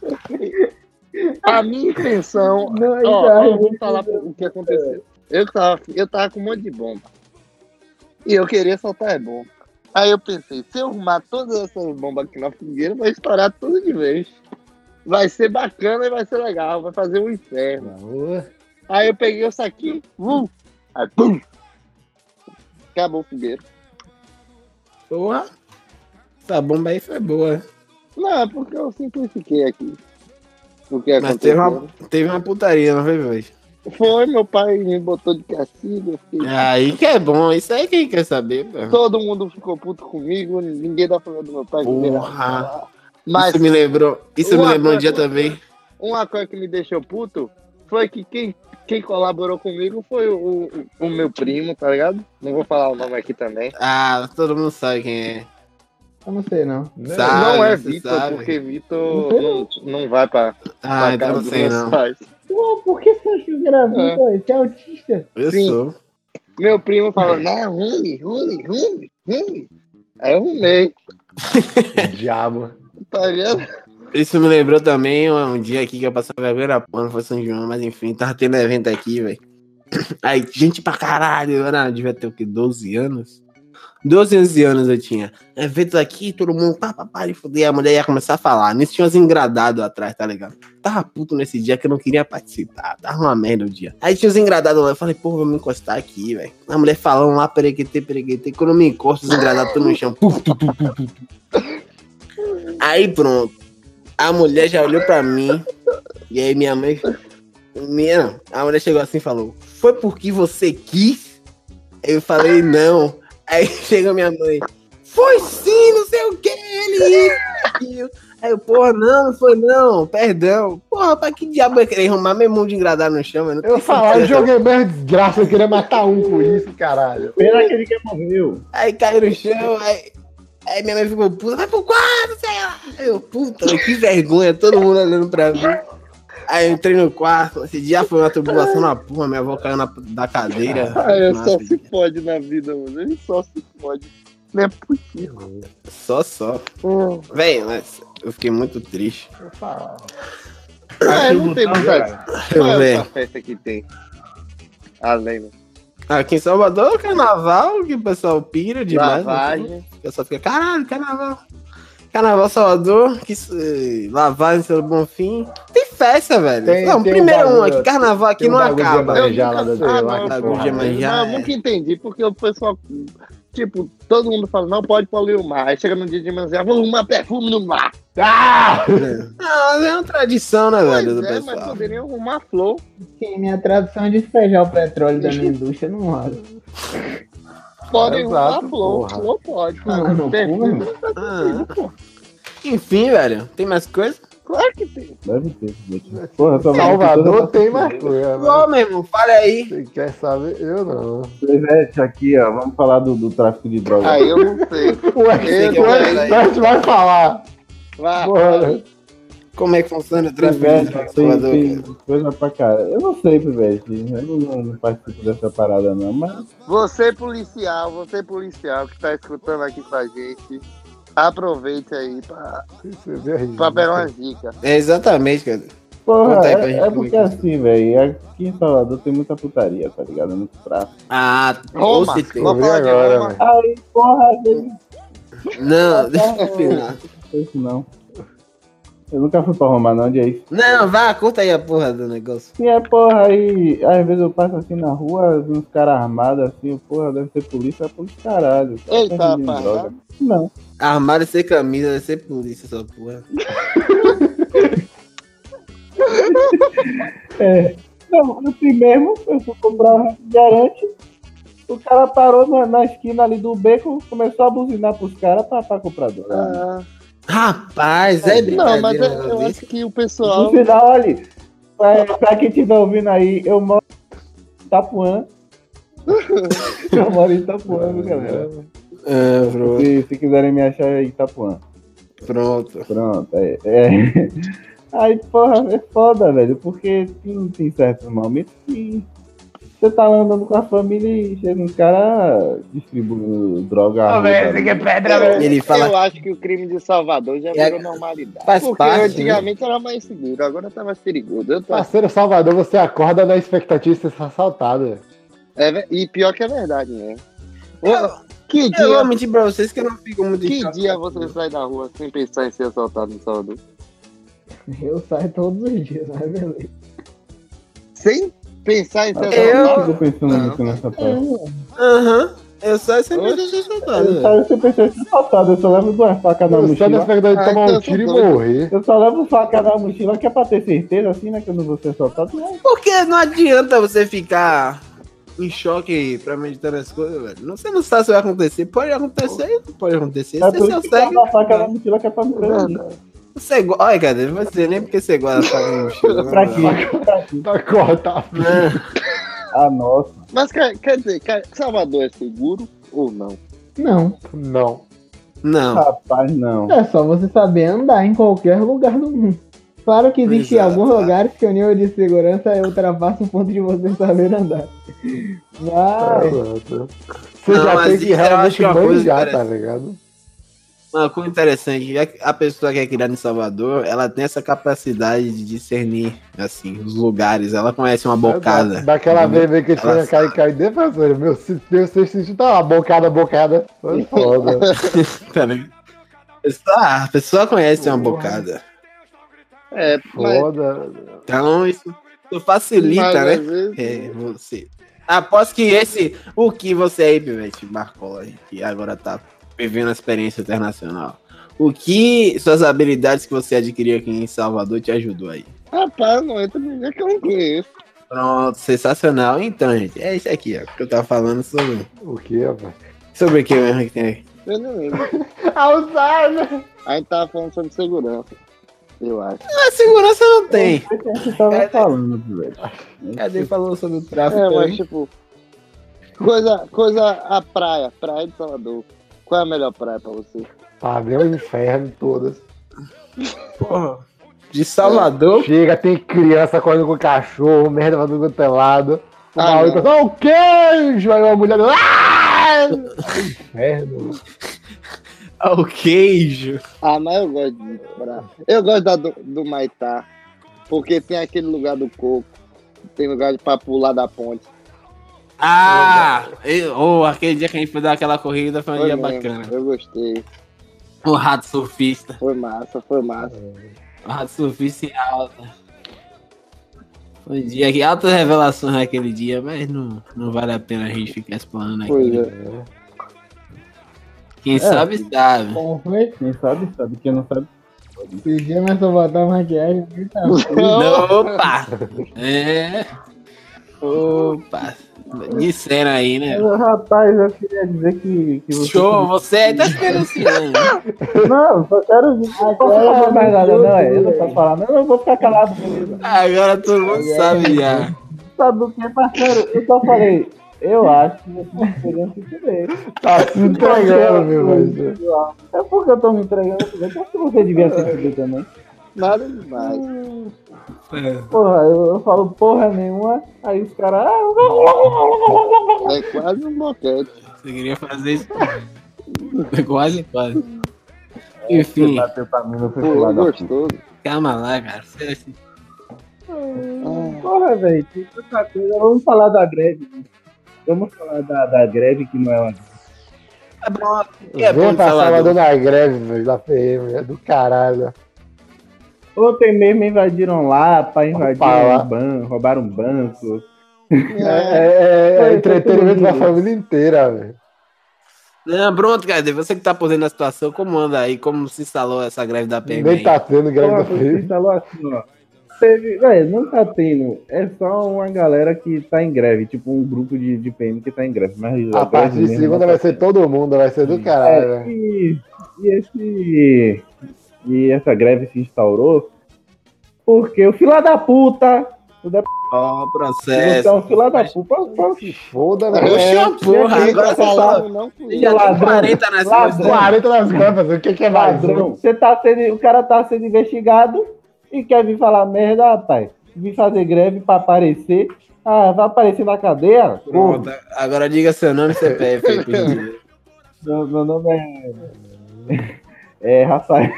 Speaker 3: A minha [laughs] intenção.
Speaker 2: Não, isso
Speaker 3: Ó,
Speaker 2: é
Speaker 3: ó, então, eu vou falar o que aconteceu. Eu tava, eu tava com um monte de bomba. E eu queria soltar as bombas. Aí eu pensei, se eu arrumar todas essas bombas aqui na fogueira, vai estourar tudo de vez. Vai ser bacana e vai ser legal, vai fazer um inferno. Aí eu peguei o saquinho, vum, aí pum! Acabou o fogueiro.
Speaker 1: Boa. Essa bomba aí foi boa.
Speaker 3: Não, é porque eu simplifiquei aqui. O que
Speaker 1: Mas teve
Speaker 3: aconteceu?
Speaker 1: uma, teve uma putaria, não foi, velho?
Speaker 3: Foi, meu pai me botou de castigo, eu fiquei
Speaker 1: Aí que é bom, isso aí quem quer saber, pô.
Speaker 3: Todo mundo ficou puto comigo, ninguém da família do meu pai.
Speaker 1: Porra.
Speaker 3: Mas
Speaker 1: Isso me lembrou. Isso me
Speaker 3: Uma
Speaker 1: lembrou um dia
Speaker 3: coisa-
Speaker 1: também.
Speaker 3: uma coisa que me deixou puto foi que quem, quem colaborou comigo foi o, o- o meu primo, tá ligado? Não vou falar o nome aqui também.
Speaker 1: Ah, todo mundo sabe quem é.
Speaker 2: Eu não sei não.
Speaker 1: Sabe,
Speaker 3: não é
Speaker 1: você
Speaker 3: Vitor,
Speaker 1: sabe.
Speaker 3: porque Vitor não, não vai pra, pra
Speaker 1: Ah, então eu não
Speaker 3: dos
Speaker 1: sei,
Speaker 3: meus
Speaker 1: não.
Speaker 3: pais.
Speaker 2: Pô, por que você achou que era vida? Você é autista?
Speaker 1: Eu
Speaker 3: Sim.
Speaker 1: sou.
Speaker 3: Meu primo falou, né, rume, rume, rume, rume. Aí eu rumei,
Speaker 1: [laughs]
Speaker 5: Diabo.
Speaker 3: tá ligado?
Speaker 1: Isso me lembrou também um, um dia aqui que eu passava vergonha na porra, não foi São João, mas enfim, tava tendo evento aqui, velho. [coughs] Aí, gente pra caralho, eu era, devia ter o quê? 12 anos? 12, 11 anos eu tinha. Evento aqui, todo mundo, pá, pá, pá, de fuder, a mulher ia começar a falar. Nisso tinha uns engradados atrás, tá ligado? Tava puto nesse dia que eu não queria participar, tava uma merda o dia. Aí tinha uns engradados lá, eu falei, pô, vou me encostar aqui, velho. A mulher falando lá, perequetê, perequetê, quando eu me encosto, os engradados estão no chão. Puf, tu, tu, tu, tu, tu. Aí pronto. A mulher já olhou pra mim. E aí minha mãe. Minha, a mulher chegou assim e falou: Foi porque você quis? Eu falei, não. Aí [laughs] chega minha mãe, foi sim, não sei o que, ele isso, aquilo. Aí eu, porra, não, não foi não, perdão. Porra, pra que diabo eu ia querer arrumar meu mundo de engradar no chão? Eu, não
Speaker 5: Eu
Speaker 1: tenho
Speaker 5: falar, eu
Speaker 1: certeza.
Speaker 5: joguei merda desgraça, eu queria matar um por isso, caralho.
Speaker 6: Pena que ele que morreu.
Speaker 1: Aí caiu no chão, aí, aí minha mãe ficou puta, vai pro quarto, sei lá. Aí eu, puta, que vergonha, todo mundo olhando pra mim. Aí eu entrei no quarto, esse dia foi uma turbulação na porra, minha avó caiu na, da cadeira.
Speaker 3: Aí eu só
Speaker 1: Nossa,
Speaker 3: se fode na vida, mano. Ele só se fode. Não é possível.
Speaker 1: só, só. Véi, mas eu fiquei muito triste.
Speaker 3: Ah, eu não tenho
Speaker 4: Tá
Speaker 3: vontade. Qual é
Speaker 1: Véi,
Speaker 3: essa festa que tem? Além, né?
Speaker 1: aqui em Salvador, carnaval, que o pessoal pira demais. né?
Speaker 3: Lavagem.
Speaker 1: O pessoal fica, caralho, carnaval. Carnaval Salvador, que isso, eh, lavagem seu bom fim. Tem festa, velho.
Speaker 5: Tem-
Speaker 1: não,
Speaker 5: tem um
Speaker 1: primeiro um
Speaker 5: bagulho-
Speaker 1: aqui, carnaval aqui
Speaker 5: tem um
Speaker 1: não
Speaker 5: bagulho de
Speaker 1: acaba.
Speaker 5: amanhã.
Speaker 3: Eu
Speaker 5: Manjar
Speaker 3: nunca-
Speaker 5: lá da-
Speaker 3: Ah,
Speaker 5: lá
Speaker 3: não,
Speaker 1: da
Speaker 3: porra.
Speaker 1: Gurja Manjar,
Speaker 3: Não, eu
Speaker 1: é.
Speaker 3: nunca entendi, porque o pessoal, tipo, todo mundo fala, não pode poluir o mar. Aí chega no dia de manjar, vou arrumar perfume no mar.
Speaker 5: Ah!
Speaker 1: Não, é uma tradição, né, velho, do
Speaker 3: pois é, mas
Speaker 1: pessoal.
Speaker 3: poderiam arrumar flor.
Speaker 2: Sim, minha tradução é despejar o petróleo da minha indústria, não
Speaker 4: [laughs]
Speaker 2: rola.
Speaker 3: Podem
Speaker 5: Exato,
Speaker 3: arrumar flor.
Speaker 5: porra.
Speaker 3: Flor pode. mas
Speaker 2: Ah, não,
Speaker 3: perfume,
Speaker 2: porra.
Speaker 1: Ah. Enfim, velho, tem mais coisa?
Speaker 5: Tá
Speaker 3: claro que tem.
Speaker 4: Deve ter. gente. Porra, essa
Speaker 5: Salvador
Speaker 4: música toda-
Speaker 5: tem mais coisa, mas
Speaker 1: Bom, meu irmão, fala aí.
Speaker 5: você quer saber? Eu não.
Speaker 4: Ivete, aqui, ó. Vamos falar do, do tráfico de drogas.
Speaker 3: Aí eu não [laughs] sei. é
Speaker 5: O ex- o expert vai falar.
Speaker 3: Vá,
Speaker 5: Porra.
Speaker 1: Como é que funciona o
Speaker 4: Ivete,
Speaker 1: trânsito?
Speaker 4: tem, tem coisa pra cara. Eu não sei, Ivete. Eu não, não participo dessa parada, não. Mas
Speaker 3: Você policial, você policial que tá escutando aqui com a gente, aproveite aí pra,
Speaker 5: Você vê aí.
Speaker 3: pra pegar umas dicas.
Speaker 1: É exatamente, cara.
Speaker 4: Porra,
Speaker 1: Conta aí pra
Speaker 4: é,
Speaker 1: gente
Speaker 4: é
Speaker 1: como é
Speaker 4: porque
Speaker 1: que é.
Speaker 4: assim, velho, aqui em Salvador tem muita putaria, tá ligado? É muito tráfico.
Speaker 1: Ah, ou
Speaker 3: Roma,
Speaker 1: se tem.
Speaker 3: vamos falar de
Speaker 5: Agora,
Speaker 3: Roma.
Speaker 5: velho.
Speaker 4: Porra, gente,
Speaker 5: [laughs]
Speaker 1: Não, deixa eu afinar.
Speaker 4: não sei é isso não. Eu nunca fui pra Roma, não, onde é isso?
Speaker 1: Não, vá, conta aí a porra do negócio.
Speaker 4: Sim, é porra, aí às vezes eu passo assim na rua, vi uns caras armados assim, eu, porra, deve ser polícia, é polícia, caralho. tá
Speaker 3: Eita,
Speaker 4: vendendo
Speaker 3: rapaz.
Speaker 4: droga. Não.
Speaker 1: Armário sem camisa, vai ser polícia essa porra.
Speaker 4: Não, assim mesmo, eu fui comprar um refrigerante. O cara parou na, na esquina ali do beco, começou a buzinar pros caras pra, pra comprar droga.
Speaker 3: Ah.
Speaker 1: Rapaz, é
Speaker 3: Não, mas
Speaker 1: brincadeira.
Speaker 3: eu,
Speaker 1: um
Speaker 3: eu
Speaker 1: negócio
Speaker 3: acho que o
Speaker 4: No
Speaker 3: pessoal.
Speaker 4: final, olha, pra, pra quem estiver ouvindo aí, eu moro em Itapuã. Eu moro em Itapuã, viu, galera.
Speaker 1: desse. É, pronto.
Speaker 6: Se, se quiserem me achar é Itapuã.
Speaker 1: Pronto.
Speaker 6: Pronto, é. é. Aí, porra, é foda, velho, porque tem, tem certos momentos que você tá lá andando com a família e chega um cara distribuindo droga.
Speaker 8: Ô,
Speaker 6: arma,
Speaker 8: velho,
Speaker 6: velho.
Speaker 8: você quer pedra, velho?
Speaker 3: é, Eu,
Speaker 1: Ele
Speaker 3: eu
Speaker 1: fala-
Speaker 3: acho que o crime de Salvador já
Speaker 1: É,
Speaker 3: virou normalidade.
Speaker 1: faz
Speaker 3: Porque
Speaker 1: parte, né?
Speaker 3: antigamente era mais seguro, agora tá mais perigoso. Eu tô-
Speaker 5: Parceiro Salvador, você acorda na expectativa de ser assaltado.
Speaker 3: É ve- e pior que é verdade, né?
Speaker 1: Eu,
Speaker 3: Que
Speaker 1: eu vou
Speaker 3: dia,
Speaker 1: mentir pra vocês que eu não fico muito
Speaker 3: que
Speaker 1: chateado.
Speaker 3: dia você sai da rua sem pensar em ser assaltado no Salvador?
Speaker 2: Eu saio todos os dias, mas beleza.
Speaker 3: Sem pensar em ser
Speaker 1: Eu-
Speaker 3: assaltado?
Speaker 6: Fico pensando
Speaker 1: Não.
Speaker 6: muito nessa porra.
Speaker 1: Aham. Eu só sempre
Speaker 3: Oxe.
Speaker 1: achei
Speaker 6: Eu
Speaker 1: chateado.
Speaker 6: só- eu sempre pensei que assaltado, eu só levo duas facas na
Speaker 5: Você tá na
Speaker 6: mochila.
Speaker 5: expectativa de
Speaker 3: Ah,
Speaker 5: tomar
Speaker 3: então
Speaker 5: um
Speaker 3: eu
Speaker 5: tiro e
Speaker 3: sou doido.
Speaker 5: morrer.
Speaker 6: Eu só levo faca na mochila que é pra ter certeza, assim, né, que eu não vou ser assaltado. Mas
Speaker 1: Porque não adianta você ficar em choque pra meditar as coisas, velho. Não- Você não sabe se vai acontecer. Pode acontecer, não pode acontecer.
Speaker 6: É
Speaker 1: Você
Speaker 6: por
Speaker 1: só
Speaker 6: isso que eu
Speaker 1: segue.
Speaker 6: levo a faca na mochila que é pra me prevenir.
Speaker 1: Você go... Olha, cadê? Você nem porque você guarda essa mochila. né,
Speaker 6: Pra
Speaker 1: velho?
Speaker 6: quê? Pra quê?
Speaker 5: Tá corta.
Speaker 1: Né?
Speaker 6: Ah, nossa.
Speaker 3: Mas quer, quer dizer, quer- Salvador é seguro ou não?
Speaker 2: Não,
Speaker 5: Não.
Speaker 1: Não.
Speaker 6: Rapaz, não.
Speaker 2: é só você saber andar em qualquer lugar do mundo. Claro que existem
Speaker 1: Exato.
Speaker 2: alguns lugares que o nível de segurança ultrapassa o ponto de você saber andar. Mas
Speaker 5: Pronto. Você
Speaker 1: Não,
Speaker 5: já
Speaker 1: mas
Speaker 5: tem que
Speaker 1: eu acho
Speaker 5: realmente
Speaker 1: que é uma coisa
Speaker 5: manjar, tá
Speaker 1: interessante.
Speaker 5: ligado?
Speaker 1: Uma coisa interessante é que a pessoa que é criada em Salvador, ela tem essa capacidade de discernir, assim, os lugares. Ela conhece uma
Speaker 5: Da-
Speaker 1: bocada.
Speaker 5: Daquela vez meio que a gente
Speaker 1: Uhum. Ela
Speaker 5: foi cair, cair defensor. Meu, se- meu sexto sentido tá lá, bocada, bocada. Foi foda.
Speaker 1: Tá ligado? A pessoa- A pessoa conhece uma bocada.
Speaker 3: É, [laughs] mas,
Speaker 5: Foda.
Speaker 1: Então, isso, isso facilita,
Speaker 3: mas
Speaker 1: né?
Speaker 3: às vezes-
Speaker 1: É, você. Aposto que esse, o que você aí, Pivete, marcou aí, que agora tá vivendo a experiência internacional. O que suas habilidades que você adquiriu aqui em Salvador te ajudou aí?
Speaker 3: Rapaz, não entra ninguém que eu não conheço.
Speaker 1: Pronto, sensacional. Então, gente, é isso aqui, ó, que eu tava falando sobre.
Speaker 5: O que,
Speaker 3: [laughs]
Speaker 5: rapaz?
Speaker 1: Sobre o que mesmo que tem aqui?
Speaker 3: Eu não lembro.
Speaker 5: Alzheimer!
Speaker 3: A gente tava falando sobre segurança. Eu acho.
Speaker 1: Ah, segurança não tem.
Speaker 6: O que é que tava falando, velho?
Speaker 1: Cadê falou sobre o
Speaker 3: É,
Speaker 1: tráfico?
Speaker 3: mas
Speaker 1: hein?
Speaker 3: tipo. Coisa, coisa a praia, praia de Salvador. Qual é a melhor praia pra você?
Speaker 5: Ah, meu inferno todas.
Speaker 1: Porra, de Salvador.
Speaker 5: Chega, tem criança correndo com cachorro, merda fazendo com telado. é O
Speaker 3: Ah,
Speaker 5: maluco
Speaker 3: não.
Speaker 5: tá, o queijo! Aí uma mulher. Ah! Inferno.
Speaker 1: Ao queijo.
Speaker 3: Ah, mas eu gosto de praia. Eu gosto da do, do Maitá. Porque tem aquele lugar do coco. Tem lugar de pra pular da ponte.
Speaker 1: Ah! eu- oh, aquele dia que a gente foi dar aquela corrida foi um
Speaker 3: Foi
Speaker 1: dia
Speaker 3: mesmo,
Speaker 1: bacana.
Speaker 3: Eu gostei.
Speaker 1: O rato surfista.
Speaker 3: Foi massa, foi massa.
Speaker 1: Ah, surfista em alta. Foi um dia que altas revelações naquele dia, mas não, não vale a pena a gente ficar explorando aqui.
Speaker 3: Pois é.
Speaker 1: Quem sabe,
Speaker 6: É.
Speaker 1: sabe.
Speaker 2: como foi?
Speaker 6: Quem sabe, sabe. Quem não sabe.
Speaker 2: Esse dia nós só botar maquiagem. eita,
Speaker 1: Não,
Speaker 5: Então, [laughs]
Speaker 1: Opa! É. Opa! Disseram aí, né?
Speaker 6: Rapaz, eu queria dizer que, que você.
Speaker 1: Show, você aí tá esperançando.
Speaker 6: Não, só quero dizer. Não posso falar mais nada, não. é? Eu não posso falar, não. Eu vou ficar calado, beleza.
Speaker 1: Agora todo mundo
Speaker 5: é.
Speaker 1: sabe já.
Speaker 6: Sabe do que, parceiro? Eu só falei. Eu acho que você tá querendo se fuder.
Speaker 5: Tá se entregando, meu velho.
Speaker 6: [laughs] É porque eu tô me entregando. Eu acho que você devia se fuder também.
Speaker 3: Nada demais.
Speaker 6: Porra, eu, eu falo porra nenhuma, aí os caras. Ah, eu vou-
Speaker 3: É quase um boquete.
Speaker 1: Você queria fazer isso? [laughs] Quase, quase. Enfim,
Speaker 3: Pulou gostoso.
Speaker 1: calma lá, cara. Você-
Speaker 6: porra, velho, tem tanta coisa. Vamos falar da greve. né? Vamos falar da, da greve que não é uma.
Speaker 1: É bom, que é bom
Speaker 5: Vem
Speaker 1: de
Speaker 5: pra
Speaker 1: Salvador.
Speaker 5: Salvador na greve, velho, da PM, é do caralho.
Speaker 6: Ontem mesmo invadiram lá, pá, invadiram
Speaker 5: lá.
Speaker 6: um banco, roubaram um banco.
Speaker 5: É, é, é
Speaker 6: Foi,
Speaker 5: entretenimento
Speaker 6: foi
Speaker 5: da
Speaker 6: tudo.
Speaker 5: família inteira, velho.
Speaker 1: Não, pronto, cadê? Você que tá por dentro da situação, como anda aí? Como se instalou essa greve da PM?
Speaker 5: Nem tá tendo greve
Speaker 6: Porra,
Speaker 5: da
Speaker 6: você
Speaker 5: PM.
Speaker 6: instalou assim, ó. Teve, velho, não tá tendo. É só uma galera que tá em greve, tipo um grupo de, de PM que tá em greve. Mas
Speaker 5: A partir de
Speaker 6: greve mesmo não
Speaker 5: segunda
Speaker 6: tá
Speaker 5: vai ser né? todo mundo, vai ser do caralho,
Speaker 6: É,
Speaker 5: velho.
Speaker 6: e, e esse, e essa greve se instaurou porque o fila da puta, o
Speaker 5: tá-
Speaker 1: Ó,
Speaker 6: Você
Speaker 1: processo.
Speaker 6: é um fila da puta.
Speaker 5: Foda, velho.
Speaker 1: Oxe, a porra,
Speaker 6: Ele
Speaker 1: agora
Speaker 6: tá
Speaker 1: você
Speaker 6: falando.
Speaker 1: tá.
Speaker 3: Não,
Speaker 1: Ele
Speaker 3: filho.
Speaker 1: já tá
Speaker 6: Ladrão.
Speaker 1: 40 nas
Speaker 6: Ladrão.
Speaker 1: costas.
Speaker 5: 40 nas gambas, o que, que é mais?
Speaker 6: Ladrão. Você tá sendo, o cara tá sendo investigado e quer vir falar merda, rapaz. Vir fazer greve pra aparecer. Ah, vai aparecer na cadeia?
Speaker 1: Pronto, agora diga seu nome e CPF aí, por gentileza.
Speaker 6: Meu, meu nome é. É [laughs] Rafael,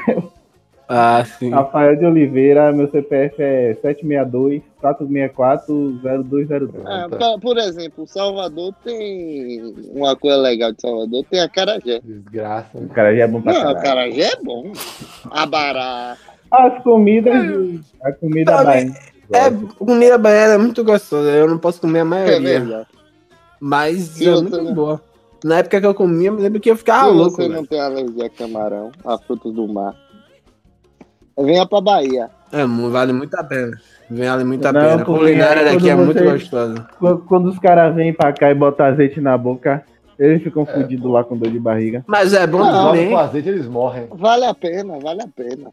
Speaker 1: Ah, sim.
Speaker 6: Rafael de Oliveira, meu CPF é 762-464-0202.
Speaker 3: Ah, pra- por exemplo, Salvador tem uma coisa legal de Salvador, tem a Carajé.
Speaker 5: Desgraça.
Speaker 4: O cara já é bom pra
Speaker 3: Não, a
Speaker 4: caralho.
Speaker 3: Carajé é bom. Abará.
Speaker 6: As comidas. A comida
Speaker 1: Tá,
Speaker 6: baiana.
Speaker 1: É, comida baiana é muito gostosa. Eu não posso comer a
Speaker 3: É
Speaker 1: maioria.
Speaker 3: verdade.
Speaker 1: mas
Speaker 3: E
Speaker 1: é
Speaker 3: você,
Speaker 1: muito
Speaker 3: né?
Speaker 1: boa. Na época que eu comia, eu me lembro que eu ficava
Speaker 3: Se
Speaker 1: Tá louco.
Speaker 3: você
Speaker 1: velho.
Speaker 3: não tem alergia a camarão, a frutas do mar, venha pra Bahia.
Speaker 1: É, mu- vale muito a pena. Vale muito a
Speaker 6: Não,
Speaker 1: pena. A
Speaker 6: porque
Speaker 1: culinária
Speaker 6: quando
Speaker 1: daqui é muito
Speaker 6: você-
Speaker 1: gostosa.
Speaker 6: Quando, quando os caras vêm pra cá e botam azeite na boca, eles ficam fudidos lá com dor de barriga.
Speaker 1: Mas é bom
Speaker 3: Não,
Speaker 5: Sobe
Speaker 1: também.
Speaker 5: com azeite, eles morrem.
Speaker 3: Vale a pena, vale a pena.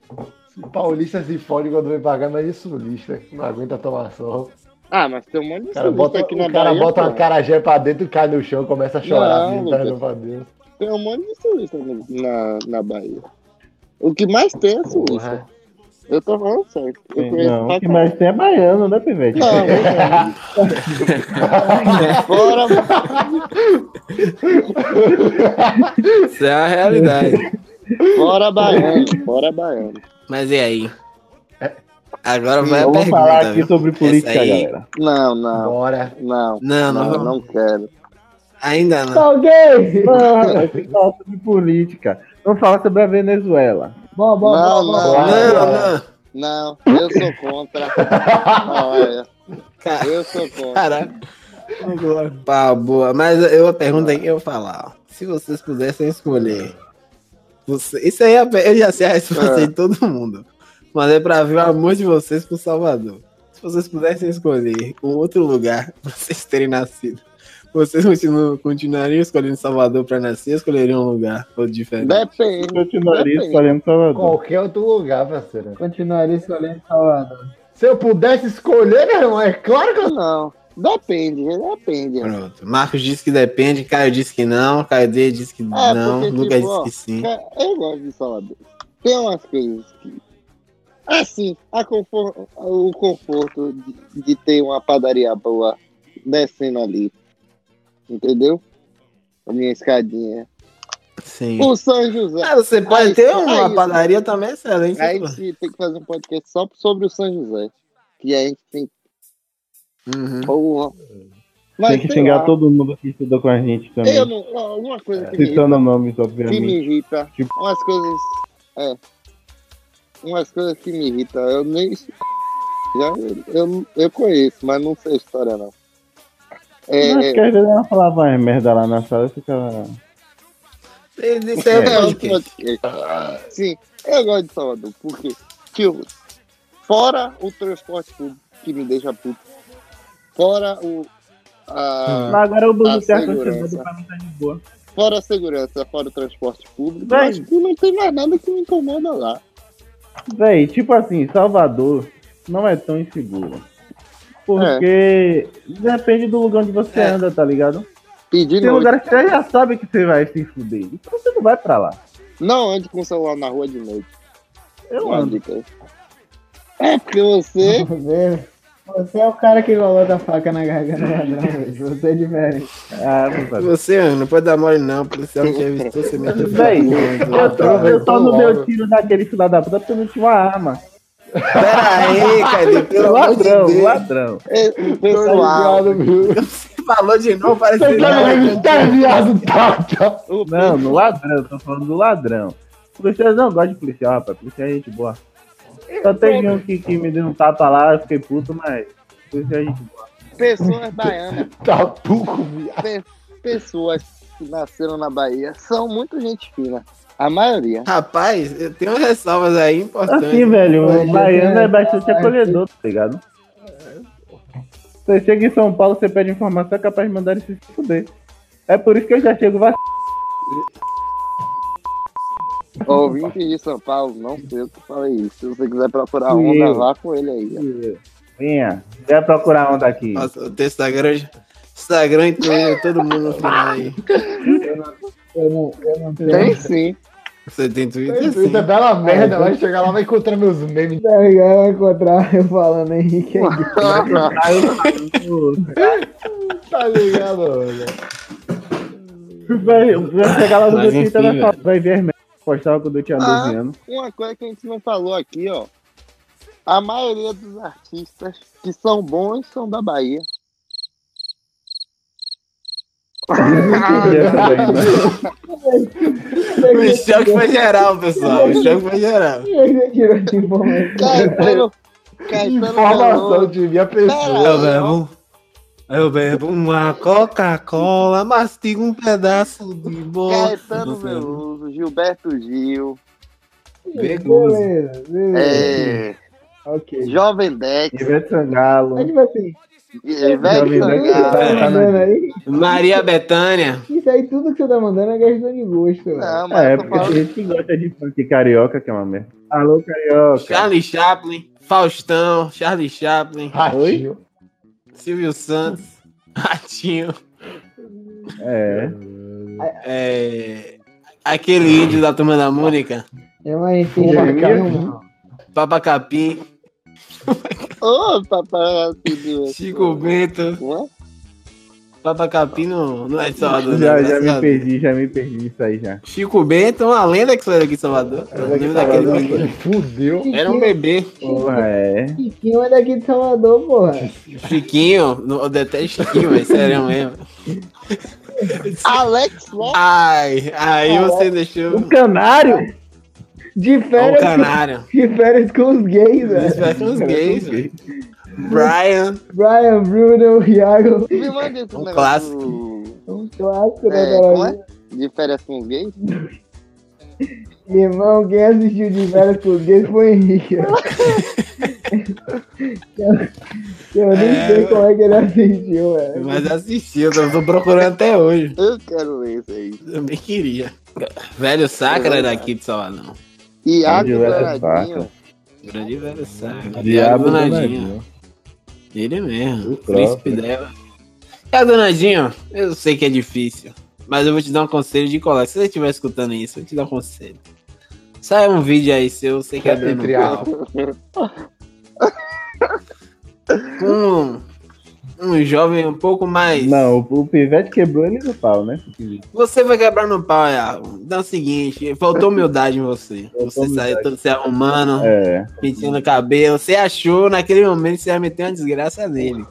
Speaker 5: Paulista se fode quando vem pagar, mas é sulista. que Não aguenta tomar sol.
Speaker 3: Ah, mas tem um monte de
Speaker 5: O cara
Speaker 3: sulista
Speaker 5: bota,
Speaker 3: aqui na
Speaker 5: o cara
Speaker 3: Bahia.
Speaker 5: bota
Speaker 3: pô.
Speaker 5: uma carajé pra dentro, cai no chão, começa a chorar,
Speaker 3: Não,
Speaker 5: pedindo
Speaker 3: Lucas.
Speaker 5: perdão pra Deus.
Speaker 3: Tem um monte de sulista no- na, na Bahia. O que mais tem é sulista.
Speaker 5: Porra.
Speaker 3: Eu tô falando sério. Eu conheço
Speaker 6: Não,
Speaker 3: pra
Speaker 6: o que mais tem é baiano, né, Pivete?
Speaker 3: Não, não. Fora,
Speaker 1: Isso é a realidade.
Speaker 3: fora baiano, fora baiano.
Speaker 1: Mas e aí? Agora vai a
Speaker 6: Vamos
Speaker 1: é pergunta.
Speaker 6: falar aqui
Speaker 1: velho.
Speaker 6: sobre política,
Speaker 1: Essa aí-
Speaker 6: galera.
Speaker 3: Não, não,
Speaker 5: Bora.
Speaker 3: não,
Speaker 1: Não, não,
Speaker 3: não,
Speaker 1: vamos-
Speaker 3: não quero.
Speaker 1: Ainda não.
Speaker 2: Alguém!
Speaker 6: Não, rapaz, tem que falar sobre política. Vamos falar sobre a Venezuela.
Speaker 2: Bom, bom,
Speaker 3: Não,
Speaker 2: bom,
Speaker 3: não.
Speaker 2: Tá bom.
Speaker 1: Não, não.
Speaker 3: Não, eu sou contra. Olha,
Speaker 1: Cara,
Speaker 3: eu sou contra.
Speaker 1: Caraca. Pá, boa. Mas eu a pergunta aí que eu vou falar. ó. Se vocês pudessem escolher. Você, isso aí é a pe- eu já sei a resposta
Speaker 3: É.
Speaker 1: de todo mundo. Mas é pra ver o amor de vocês pro Salvador. Se vocês pudessem escolher um outro lugar [laughs] pra vocês terem nascido, vocês continuam- continuariam escolhendo Salvador pra nascer ou escolheriam um lugar ou diferente?
Speaker 3: Depende.
Speaker 6: Continuaria
Speaker 3: Depende.
Speaker 6: escolhendo Salvador.
Speaker 5: Qualquer outro lugar, parceiro.
Speaker 2: Continuaria escolhendo Salvador.
Speaker 5: Se eu pudesse escolher, meu irmão, é claro que eu
Speaker 3: Não, depende, depende.
Speaker 1: Pronto. Marcos disse que depende, Caio disse que não, Caio D disse que não,
Speaker 3: É, porque,
Speaker 1: Lucas disse
Speaker 3: tipo, ó,
Speaker 1: que sim.
Speaker 3: Cara, Eu gosto de Salvador. Tem umas coisas que. Assim, a confor- o conforto de, de ter uma padaria boa descendo ali. Entendeu? A minha escadinha.
Speaker 1: Sim.
Speaker 3: O São José.
Speaker 1: Ah, você pode
Speaker 3: Aí,
Speaker 1: ter
Speaker 3: aí,
Speaker 1: uma
Speaker 3: aí.
Speaker 1: padaria também excelente.
Speaker 6: é
Speaker 3: Aí
Speaker 1: pô.
Speaker 3: a gente tem que fazer um podcast só sobre o São José. Que é, a gente tem
Speaker 1: Uhum.
Speaker 3: porra. Mas
Speaker 6: Hum. Tem que
Speaker 3: sei
Speaker 6: xingar
Speaker 3: lá,
Speaker 6: todo mundo que estudou com a gente também.
Speaker 3: Eu não. ó, Uma coisa que me
Speaker 6: Citando nomes,
Speaker 3: que me
Speaker 6: obviamente.
Speaker 3: irrita.
Speaker 6: Tipo-
Speaker 3: Umas coisas. É. Umas coisas que me irritam. Eu nem. Já, eu, eu conheço, mas não sei a história, não. É,
Speaker 6: Mas que às vezes ela falava umas merda lá na sala e ficava.
Speaker 1: Isso aí é
Speaker 3: é,
Speaker 1: podcast.
Speaker 3: eu gosto- Sim, eu gosto de Salvador, porque, tipo, fora o transporte público que me deixa puto, fora o. a-
Speaker 6: Mas agora o
Speaker 3: a
Speaker 6: Bruno Terra
Speaker 3: segurança.
Speaker 6: pra mim tá de boa.
Speaker 3: Fora a segurança, fora o transporte público,
Speaker 6: Vai.
Speaker 3: acho que não tem mais nada que me incomoda lá.
Speaker 6: Véi, tipo assim, Salvador não é tão inseguro.
Speaker 3: É.
Speaker 6: Porque depende do lugar onde você
Speaker 1: É.
Speaker 6: anda, tá ligado?
Speaker 3: E de
Speaker 6: Tem
Speaker 3: noite,
Speaker 6: lugares que você já sabe que você vai se fuder. Então você não vai pra lá.
Speaker 3: não ande com o celular na rua de noite.
Speaker 6: Eu
Speaker 3: Uma
Speaker 6: ando.
Speaker 3: dica. É porque você.
Speaker 2: Você, você é o cara que volta a faca na garganta do ladrão, velho. Você é diferente.
Speaker 6: Ah, não sabe.
Speaker 1: Você mano, não pode dar mole não, o policial te avistou, você meteu
Speaker 6: Véi, eu,
Speaker 1: Pera
Speaker 6: só- eu só não
Speaker 5: Aproveitou
Speaker 6: dei o tiro naquele filho da puta porque eu não tinha uma arma.
Speaker 1: aí, Caio, pelo amor de
Speaker 6: Ladrão,
Speaker 1: Deus.
Speaker 6: ladrão.
Speaker 3: é, o pessoal.
Speaker 5: ligado, meu.
Speaker 1: Você falou de novo, parece
Speaker 5: Você
Speaker 1: que
Speaker 5: tá me
Speaker 1: não.
Speaker 5: vendo? Tá, viado, tá, tá.
Speaker 3: o
Speaker 6: Não, no ladrão, eu tô falando do ladrão. Policiais não gostam de policial, rapaz. Policial é gente boa. Só teve um que, que me deu um tapa lá, eu fiquei puto, mas. Policial é gente boa.
Speaker 3: Pessoas baianas.
Speaker 5: Tá pouco, viado.
Speaker 3: pe- pessoas que nasceram na Bahia são muito gente fina. A maioria.
Speaker 1: Rapaz, eu tenho ressalvas aí importantes.
Speaker 6: Assim, velho,
Speaker 2: Hoje
Speaker 6: o baiano
Speaker 2: é
Speaker 6: é bastante
Speaker 2: tarde.
Speaker 6: acolhedor, tá ligado? Você chega em São Paulo, você pede informação, é capaz de mandar ele se fuder. É por isso que eu já chego vac...
Speaker 3: Ouvintes de São Paulo, não sei o que falei isso. Se você quiser procurar
Speaker 6: Fui
Speaker 3: onda,
Speaker 6: eu.
Speaker 3: vá com ele aí. ó.
Speaker 6: Vinha, vai procurar um daqui.
Speaker 1: Nossa, o teu Instagram, Instagram incluindo todo mundo no final aí.
Speaker 2: Eu não, eu não tenho.
Speaker 3: Tem sim.
Speaker 1: Você tem Twitter?
Speaker 5: Isso,
Speaker 1: Sim.
Speaker 5: isso é bela merda, vai chegar lá, vai encontrar meus memes.
Speaker 2: Tá ligado? Vai encontrar eu falando Henrique. [laughs] aí.
Speaker 6: Aí eu falo,
Speaker 5: Tá ligado, mano?
Speaker 6: vai, vai chegar lá no
Speaker 1: Mas
Speaker 6: meu Twitter
Speaker 1: enfim,
Speaker 6: vai falar, vai ver as merdas que é eu postava quando eu tinha
Speaker 3: Ah.
Speaker 6: 12 anos.
Speaker 3: Uma coisa que a gente não falou aqui, ó. A maioria dos artistas que são bons são da Bahia.
Speaker 6: Ah. é
Speaker 1: O choque foi geral, pessoal. O choque foi geral.
Speaker 2: Ele tirou de informação.
Speaker 3: Caetano, [laughs] Caetano
Speaker 5: Informação
Speaker 3: Veloso.
Speaker 5: de minha pessoa.
Speaker 3: Pera
Speaker 1: Eu
Speaker 3: aí,
Speaker 1: bebo, eu bebo uma Coca-Cola, mastigo um pedaço de bola.
Speaker 3: Caetano Veloso, Gilberto Gil,
Speaker 1: Veloso.
Speaker 2: Beleza, beleza.
Speaker 3: é,
Speaker 2: Ok.
Speaker 3: Jovem é, Dex,
Speaker 6: Ivete é Sangalo.
Speaker 2: Mas, tipo assim,
Speaker 3: Ivete
Speaker 6: Jovem Dex.
Speaker 2: isso que você
Speaker 3: Sangalo.
Speaker 2: tá mandando aí,
Speaker 1: Maria Bethânia.
Speaker 2: isso aí tudo que você tá mandando é questão de gosto, velho.
Speaker 3: Não, mas
Speaker 6: É,
Speaker 3: eu tô
Speaker 6: porque
Speaker 3: falando
Speaker 6: tem gente que gosta de funk carioca, que é uma merda. Alô, carioca.
Speaker 1: Charlie Chaplin, Faustão, Charlie Chaplin,
Speaker 5: Ratinho.
Speaker 1: Silvio Santos, [laughs] Ratinho,
Speaker 6: É.
Speaker 1: é, aquele índio da turma da Mônica,
Speaker 2: É mais
Speaker 5: Fuma
Speaker 2: gente,
Speaker 5: caramba.
Speaker 1: Papa Capim,
Speaker 3: Ô, papai, assim, de-
Speaker 1: Chico Bento.
Speaker 3: Ué?
Speaker 1: Papa Capim não, não é de Salvador.
Speaker 6: Já,
Speaker 1: não, graças
Speaker 6: já
Speaker 1: a
Speaker 6: me
Speaker 1: Deus.
Speaker 6: perdi, já me perdi isso aí já.
Speaker 1: Chico Bento é uma lenda que saiu daqui de É, Salvador. Eu lembro daquele menino.
Speaker 5: Fudeu.
Speaker 1: Era um bebê.
Speaker 6: Porra, é.
Speaker 2: Chiquinho é daqui de Salvador, porra.
Speaker 1: Chiquinho, no- eu detesto Chiquinho, mas sério mesmo.
Speaker 3: Alex Lopes,
Speaker 1: Ai, aí você deixou
Speaker 6: O canário?
Speaker 2: De
Speaker 1: o
Speaker 2: férias,
Speaker 1: canário.
Speaker 2: de férias com os gays,
Speaker 1: Isso
Speaker 2: velho.
Speaker 1: vai ser uns gays, velho. Brian,
Speaker 2: Brian, Bruno, Iago.
Speaker 3: me manda esse
Speaker 1: Um
Speaker 3: negócio.
Speaker 1: clássico.
Speaker 2: Um clássico, né,
Speaker 3: É, como
Speaker 2: galera?
Speaker 3: é? De férias com os gays?
Speaker 2: Irmão, quem assistiu de férias com os gays foi o
Speaker 1: [laughs]
Speaker 2: Henrique. ó. eu, eu nem
Speaker 1: É,
Speaker 2: sei
Speaker 1: velho.
Speaker 2: como é que ele assistiu, velho.
Speaker 1: mas assisti, eu tô- tô procurando até hoje.
Speaker 3: Eu quero ler isso aí.
Speaker 1: Eu bem queria. Velho Sacra era daqui de Salvador.
Speaker 3: Iago
Speaker 6: Onde leva
Speaker 1: é
Speaker 6: essa
Speaker 3: Douradinho.
Speaker 1: Grande velho Sacra.
Speaker 6: Diabo
Speaker 1: Diabo
Speaker 6: danadinho.
Speaker 1: Donadinho. Ele mesmo, o
Speaker 6: próprio.
Speaker 1: príncipe dela. É, Donadinho, eu sei que é difícil, mas eu vou te dar um conselho de colar. Se você estiver escutando isso, eu vou te dar um conselho. Sai um vídeo aí seu, eu sei que é dando
Speaker 5: Entre
Speaker 1: pau. Com um jovem um pouco mais...
Speaker 6: Não, o, o pivete quebrou ele no pau, né?
Speaker 1: Você vai quebrar no pau, Iago. Então é o seguinte, faltou humildade em você. Você saiu todo se arrumando,
Speaker 6: É.
Speaker 1: pintando o cabelo. Você achou naquele momento que você ia meter uma desgraça nele.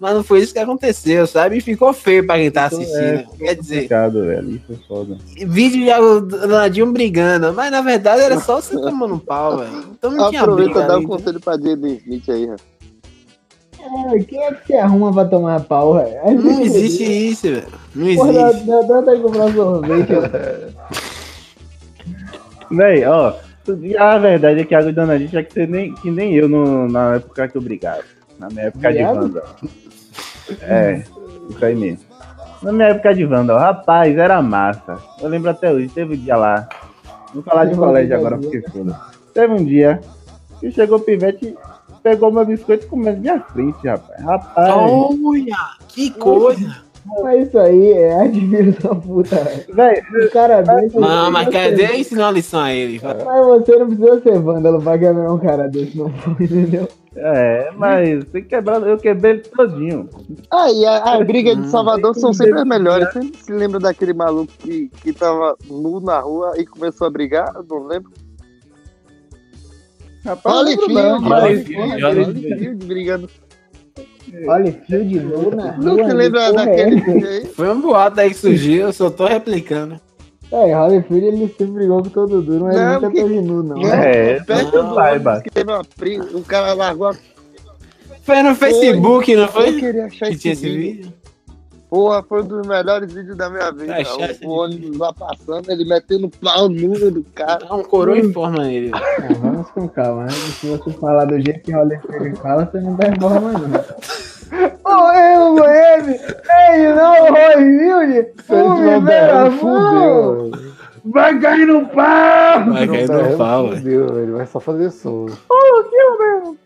Speaker 1: Mas não foi isso que aconteceu, sabe? E ficou feio pra quem tá assistindo. Quer dizer,
Speaker 6: Complicado, velho. Isso é foda.
Speaker 1: vídeo de algo do Nadinho brigando, mas na verdade era só você tomando um pau, velho. Então não tinha
Speaker 3: Aproveita
Speaker 1: briga Então,
Speaker 3: e dá
Speaker 1: ali,
Speaker 3: um conselho pra Jaden Smith aí, né? rapaz.
Speaker 2: Cara, Quem é que se arruma pra tomar pau, velho?
Speaker 1: então Não existe isso, velho. Não
Speaker 2: Porra, dá,
Speaker 1: existe.
Speaker 2: dá dá até comprar sorvete, ó.
Speaker 6: Véi, ó. A verdade é que a água danadinha tinha que ser nem, que nem eu no- na época que eu brigava. Na minha época de
Speaker 2: Viado?
Speaker 6: Wanda. É, isso aí mesmo. Na minha época de Wanda, ó, rapaz, era massa. Eu lembro até hoje, teve um dia lá. Vou falar de
Speaker 2: Eu
Speaker 6: colégio
Speaker 2: lembro
Speaker 6: agora,
Speaker 2: do
Speaker 6: porque foda. Teve um dia que chegou o pivete, pegou meu biscoito e comeu na minha frente, rapaz. Rapaz.
Speaker 1: Olha, Então, que coisa.
Speaker 2: Mas isso aí é [laughs] arte filho da puta, velho.
Speaker 6: Véi,
Speaker 2: O cara desse.
Speaker 1: Não, mas
Speaker 2: você-
Speaker 1: cadê ensinar uma lição a ele?
Speaker 2: Mas você não precisa ser vândalo pra quebrar um cara desse, não foi, entendeu?
Speaker 6: é, mas tem que quebrar, eu quebrei ele todinho.
Speaker 3: Aí, Ah, a, a briga
Speaker 1: Hum.
Speaker 3: de Salvador são sempre as melhores. Você se lembra daquele maluco que, que tava nu na rua e começou a brigar? Eu Não lembro.
Speaker 6: Rapaz, eu
Speaker 3: Olha
Speaker 6: lembro
Speaker 3: Field,
Speaker 6: não,
Speaker 3: olha
Speaker 6: mas-
Speaker 3: Field, olha Field brigando.
Speaker 2: Olha, fio de novo na
Speaker 3: Não
Speaker 2: rua,
Speaker 3: se lembra
Speaker 2: porra é
Speaker 3: daquele
Speaker 2: essa?
Speaker 3: vídeo aí?
Speaker 1: Foi um boato aí que surgiu, eu só tô replicando.
Speaker 2: É, Holyfield ele sempre brigou com todo duro, mas
Speaker 3: Não,
Speaker 2: nunca
Speaker 3: que-
Speaker 2: teve nu, não.
Speaker 3: Não.
Speaker 6: É,
Speaker 3: Perto
Speaker 6: não
Speaker 3: do
Speaker 6: saiba.
Speaker 3: Que teve uma briga, o cara largou a...
Speaker 1: Foi no Facebook, não
Speaker 3: Eu
Speaker 1: foi?
Speaker 3: queria achar
Speaker 1: Que tinha
Speaker 3: esse
Speaker 1: esse
Speaker 3: vídeo.
Speaker 1: vídeo?
Speaker 3: Porra, foi um dos melhores vídeos da minha vida.
Speaker 1: Tá chato de
Speaker 3: o ônibus lá passando, ele metendo pau nu do cara.
Speaker 1: Dá um coroa em forma nele. velho.
Speaker 2: Ah, vamos com calma, né? Se você falar do jeito que Holyfield fala, você não dá informa, não. Ô, eu, Moeme! Ei, não, Holyfield!
Speaker 5: Se ele
Speaker 2: Fume,
Speaker 5: tiver
Speaker 2: pelo
Speaker 5: berrando,
Speaker 2: amor!
Speaker 5: fudeu. mano.
Speaker 6: Vai cair no pau!
Speaker 5: Não,
Speaker 1: Vai cair
Speaker 5: tá,
Speaker 1: no
Speaker 5: eu-
Speaker 1: pau, velho.
Speaker 5: Fudeu, velho. Vai só fazer som.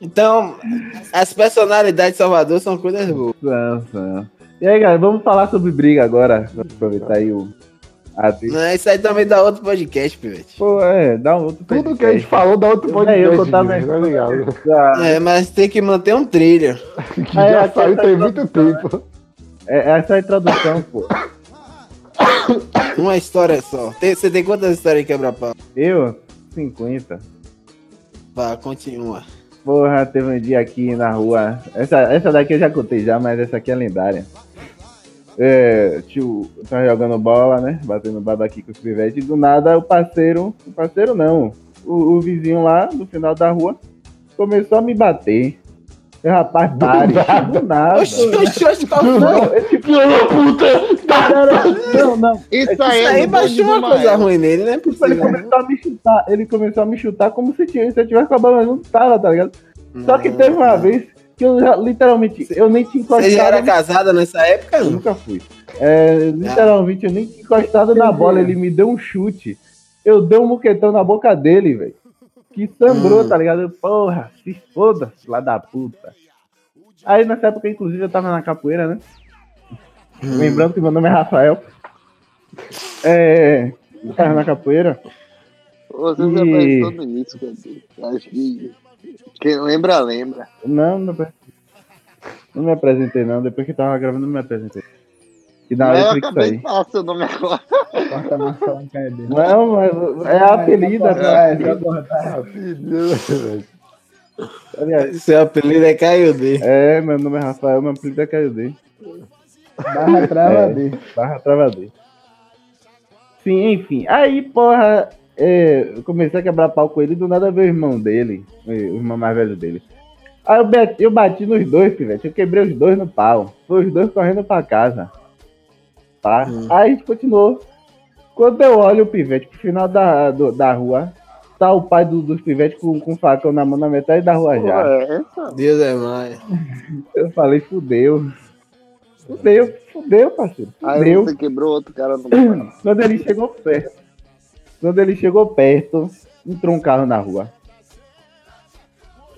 Speaker 1: Então, as personalidades de Salvador são coisas boas.
Speaker 6: Não, não. E aí, galera, vamos falar sobre briga agora. Vamos aproveitar aí o. a briga.
Speaker 1: Né? Isso aí também dá outro podcast, pivete.
Speaker 6: Pô, é, dá um outro
Speaker 5: Tudo que a gente falou da outro
Speaker 6: Eu-
Speaker 5: podcast.
Speaker 6: é, eu tô tava-
Speaker 5: Júlio,
Speaker 6: [laughs]
Speaker 5: tá ligado?
Speaker 6: Ah,
Speaker 1: É, mas tem que manter um trilho.
Speaker 5: Que
Speaker 6: É,
Speaker 5: já
Speaker 6: aqui
Speaker 5: saiu
Speaker 6: tá
Speaker 5: tem
Speaker 6: só-
Speaker 5: muito tempo.
Speaker 6: é, essa é a introdução, pô.
Speaker 1: Uma história só. Tem- você tem quantas histórias de quebra-pau?
Speaker 6: Eu, 50.
Speaker 1: Vá, continua.
Speaker 6: Porra, teve um dia aqui na rua. Essa, essa daqui eu já contei já, mas essa aqui é lendária. É, tio, eu tava jogando bola, né? Batendo baba aqui com os pivete. Do nada, o parceiro. O parceiro não. O, o vizinho lá do final da rua começou a me bater. Eu, rapaz, pare. Do nada.
Speaker 1: Oxi, oxi, oxi, qual foi?
Speaker 6: Tá Não, eu, tipo, não, não, não.
Speaker 1: [laughs]
Speaker 3: Isso aí,
Speaker 1: Isso
Speaker 3: é
Speaker 1: aí
Speaker 3: do bonde
Speaker 1: baixou
Speaker 3: do
Speaker 1: uma
Speaker 3: Mael.
Speaker 1: coisa ruim nele, né?
Speaker 6: Tipo, [laughs] ele começou a me chutar, ele começou a me chutar como se, tivesse- se eu tivesse com a bola no tala, tá ligado? Só que teve uma vez que eu já, literalmente, eu nem tinha
Speaker 1: Você já
Speaker 6: encostado.
Speaker 1: era casada nessa época?
Speaker 6: Eu nunca fui. É, literalmente, eu nem tinha encostado na bola, ele me deu um chute. Eu dei um moquetão na boca dele, velho. Que sangrou,
Speaker 1: Hum.
Speaker 6: tá ligado? Eu, Porra, se foda, lá da puta. Aí nessa época, inclusive, eu tava na capoeira, né? Lembrando que meu nome é Rafael. É. Eu tava na capoeira.
Speaker 3: Você já
Speaker 6: E-
Speaker 3: pensou no início, cara. Acho que. Quem lembra, lembra.
Speaker 6: Não, não, apre- não me apresentei não. Depois que tava gravando, não me apresentei. E na hora
Speaker 3: Mas eu
Speaker 6: eu tive que
Speaker 3: acabei de
Speaker 6: sair.
Speaker 3: falar seu nome agora.
Speaker 2: Corta a maçã na cara dele.
Speaker 6: Não, mas é a apelida, tá?
Speaker 2: É, só cortar.
Speaker 5: Ah,
Speaker 6: Aliás,
Speaker 1: Seu apelido é Caio D.
Speaker 6: É, meu nome é Rafael, meu apelido é KD.
Speaker 2: Barra trava
Speaker 6: É.
Speaker 2: dele.
Speaker 6: Barra travador. Sim, enfim. Aí, porra, é, eu comecei a quebrar pau com ele, do nada veio o irmão dele, é, o irmão mais velho dele. Aí eu bati, eu bati nos dois, pivete. Eu quebrei os dois no pau. Foi os dois correndo pra casa. Tá?
Speaker 1: Hum.
Speaker 6: Aí a gente continuou. Quando eu olho o pivete pro final da, do- da rua, tá o pai do- dos pivetes com, com o facão na mão na metade da rua já.
Speaker 3: Ué, essa-
Speaker 1: Deus é mais.
Speaker 6: Eu falei, fudeu. Fudeu, fudeu, parceiro.
Speaker 3: Aí
Speaker 6: Fudeu.
Speaker 3: você quebrou outro cara no pau.
Speaker 6: Quando ele chegou perto, quando ele chegou perto, entrou um carro na rua.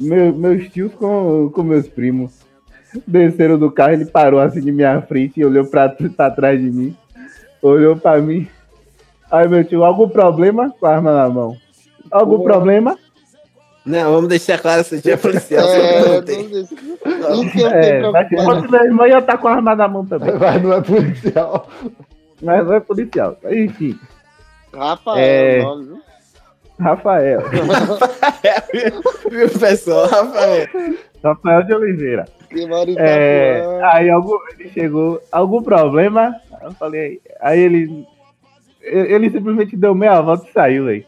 Speaker 6: Meu, meus tios com, com meus primos desceram do carro, ele parou assim de minha frente e olhou pra, tr- pra trás de mim. Olhou pra mim. Aí meu tio, algum problema? Com a arma na mão. Algum problema?
Speaker 1: Não, vamos deixar claro que você tinha policial. só
Speaker 3: É,
Speaker 1: não tem.
Speaker 3: não sei. se- Isso que eu fiquei
Speaker 6: É, mas se
Speaker 3: preocupado.
Speaker 6: fosse meu irmão, ia estar com a arma na mão também.
Speaker 5: Mas não é policial.
Speaker 6: Mas não é policial. Enfim,
Speaker 3: Rafael,
Speaker 6: É.
Speaker 3: o nome, viu?
Speaker 6: Rafael.
Speaker 1: [laughs] Viu, pessoal? Rafael.
Speaker 6: Rafael de Oliveira.
Speaker 3: Que marido
Speaker 6: É,
Speaker 3: tá voando.
Speaker 6: aí algum, ele chegou, algum problema? Eu falei, aí ele, ele simplesmente deu meia volta e saiu, velho.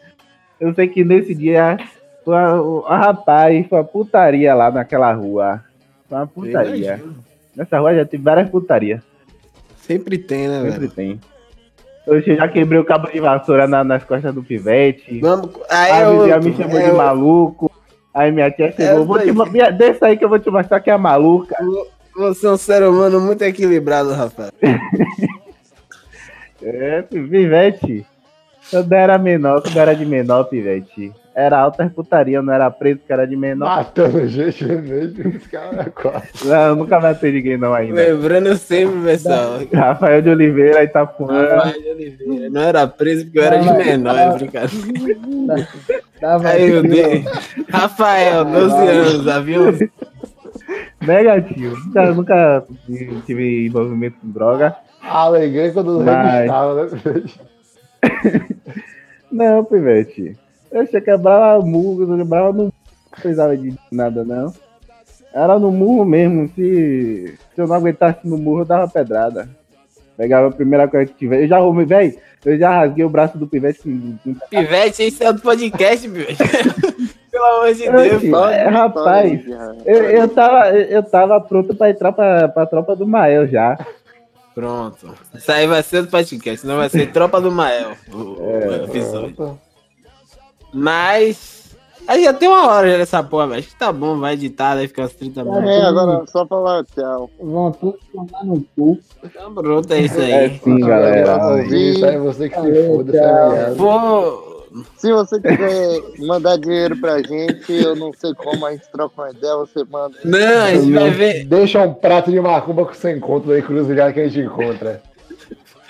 Speaker 6: Eu sei que nesse dia, foi a, a rapaz, foi uma putaria lá naquela rua. Foi uma putaria. Nessa rua já tem várias putarias,
Speaker 1: Sempre tem, né, velho?
Speaker 6: sempre tem. Eu já quebrei o cabo de vassoura na- nas costas do pivete.
Speaker 1: Vamos. Aí é
Speaker 6: A é
Speaker 1: eu.
Speaker 6: vizinha me chamou de maluco. Aí minha tia chegou, vou te,
Speaker 1: doido.
Speaker 6: ma- minha- desce aí que eu vou te mostrar que é maluca.
Speaker 1: Você é um ser humano muito equilibrado, Rafael.
Speaker 6: É, pivete. Quando eu era menor, quando eu era de menor, pivete. Era alta putaria, eu não era preto, que era de menor.
Speaker 5: Matando gente é mesmo. Os caras quase.
Speaker 6: Não, eu nunca matei ninguém não
Speaker 1: É.
Speaker 6: ainda.
Speaker 1: Lembrando sempre, pessoal.
Speaker 6: Rafael de Oliveira, Itapuã.
Speaker 1: Rafael de Oliveira. Não era preso porque eu era de
Speaker 2: Não, mas-
Speaker 1: menor, é brincadeira.
Speaker 2: Tava
Speaker 1: Aí eu
Speaker 2: aqui,
Speaker 1: dei. Rafael, 12 anos, é avião.
Speaker 6: Negativo. Nunca, nunca tive- tive envolvimento com droga.
Speaker 5: A alegria quando
Speaker 6: Mas-
Speaker 5: revistava, né?
Speaker 6: Não, pivete. Eu achei que quebrava murro, eu quebrava no... Não precisava de nada, não. Era no murro mesmo. Se, se eu não aguentasse no murro, eu dava pedrada. Pegava a primeira coisa que tiver. Eu já arrumei, velho. Eu já rasguei o braço do pivete com, com
Speaker 1: Pivete, esse é outro podcast, Pivete. [laughs] Pelo amor de Deus,
Speaker 6: Oxi,
Speaker 1: fala.
Speaker 6: é, rapaz, eu, eu, tava, eu, eu tava pronto pra entrar pra, pra tropa do Mael já.
Speaker 1: Pronto. Isso aí vai ser do podcast, senão
Speaker 6: É.
Speaker 1: vai ser Tropa do Mael. o- o episódio. Mas Aí já tem uma hora já dessa porra, velho. Acho que tá bom, vai editar, daí fica umas
Speaker 6: Tá
Speaker 1: 30 minutos.
Speaker 3: É, agora só falar tchau.
Speaker 2: Vão todos tomar no cu.
Speaker 1: Então pronto, é isso
Speaker 6: É
Speaker 1: aí.
Speaker 6: sim, galera.
Speaker 5: Isso aí você que se foda, tá ligado?
Speaker 1: Pô,
Speaker 3: Se você quiser mandar dinheiro pra gente, eu não sei como a gente troca uma ideia, você manda.
Speaker 1: não, a gente vai ver.
Speaker 5: Deixa um prato de macumba que você encontra aí, cruzilhada que a gente encontra.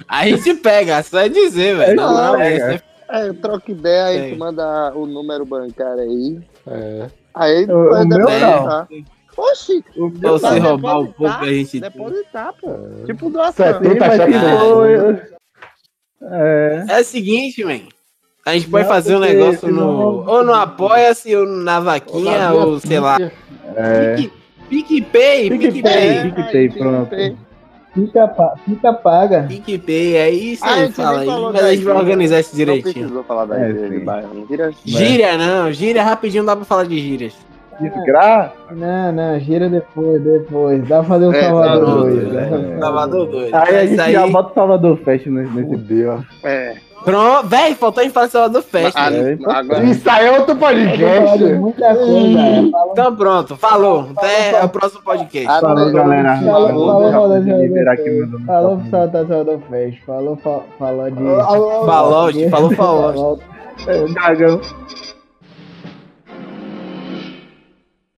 Speaker 1: A gente pega, só é dizer, velho. Não, não, é
Speaker 3: É, troca ideia, a gente
Speaker 1: Sim.
Speaker 3: manda o número bancário aí.
Speaker 5: É.
Speaker 3: Aí
Speaker 2: O-
Speaker 3: vai
Speaker 2: o meu
Speaker 3: depositar. Oxi,
Speaker 1: você
Speaker 3: Vai
Speaker 1: roubar o
Speaker 3: depositar,
Speaker 1: pouco que a gente tem.
Speaker 3: depositar, pô.
Speaker 2: Ah,
Speaker 3: Tipo doação.
Speaker 2: Sim,
Speaker 5: 70
Speaker 2: mas
Speaker 5: chaves.
Speaker 2: se for, eu- É.
Speaker 1: É o seguinte, man. A gente pode
Speaker 2: Não,
Speaker 1: fazer um
Speaker 2: porque
Speaker 1: negócio
Speaker 2: senão
Speaker 1: no.
Speaker 2: não-
Speaker 1: Ou no Apoia-se, ou na Vaquinha, ou sei lá.
Speaker 6: É.
Speaker 1: Pique- PicPay, PicPay.
Speaker 3: É,
Speaker 6: PicPay,
Speaker 3: aí,
Speaker 6: pronto.
Speaker 3: PicPay.
Speaker 2: Fica, pa- fica paga.
Speaker 1: PicPay, é isso
Speaker 3: Ah, a
Speaker 1: aí,
Speaker 3: gente nem
Speaker 1: fala aí.
Speaker 3: falou
Speaker 1: Mas a gente vai
Speaker 3: daí,
Speaker 1: organizar isso
Speaker 3: Não
Speaker 1: direitinho.
Speaker 3: precisou falar da
Speaker 6: É,
Speaker 3: igreja de
Speaker 6: sim.
Speaker 3: bairro, não vira
Speaker 1: Gíria não, gíria rapidinho dá pra falar de gírias.
Speaker 6: Desgra?
Speaker 2: Não, não, gira depois, depois. Dá pra fazer o
Speaker 3: É,
Speaker 2: Salvador
Speaker 1: Salvador,
Speaker 2: dois,
Speaker 1: é.
Speaker 2: né?
Speaker 1: Salvador 2.
Speaker 6: Aí a
Speaker 1: É isso
Speaker 6: gente
Speaker 1: aí.
Speaker 6: já bota o Salvador Fest nesse. nesse...
Speaker 5: Fudeu.
Speaker 3: É.
Speaker 1: Pronto, véi, faltou a gente falar de Salvador Fest. né?
Speaker 3: Ah,
Speaker 6: é
Speaker 3: agora
Speaker 5: Isso aí é outro podcast.
Speaker 2: Vale Muita coisa. né? Fala-
Speaker 1: Então pronto, falou. Até o próximo podcast.
Speaker 6: Falou, galera.
Speaker 2: Falou,
Speaker 3: Falou,
Speaker 2: falou, falou,
Speaker 6: Deixa eu liberar aqui, mandando um
Speaker 2: Falou pro
Speaker 6: salve.
Speaker 2: Salvador Salvador Fest. Falou, fa- falou de.
Speaker 1: Falou, gente, falou, falou.
Speaker 6: Dragão.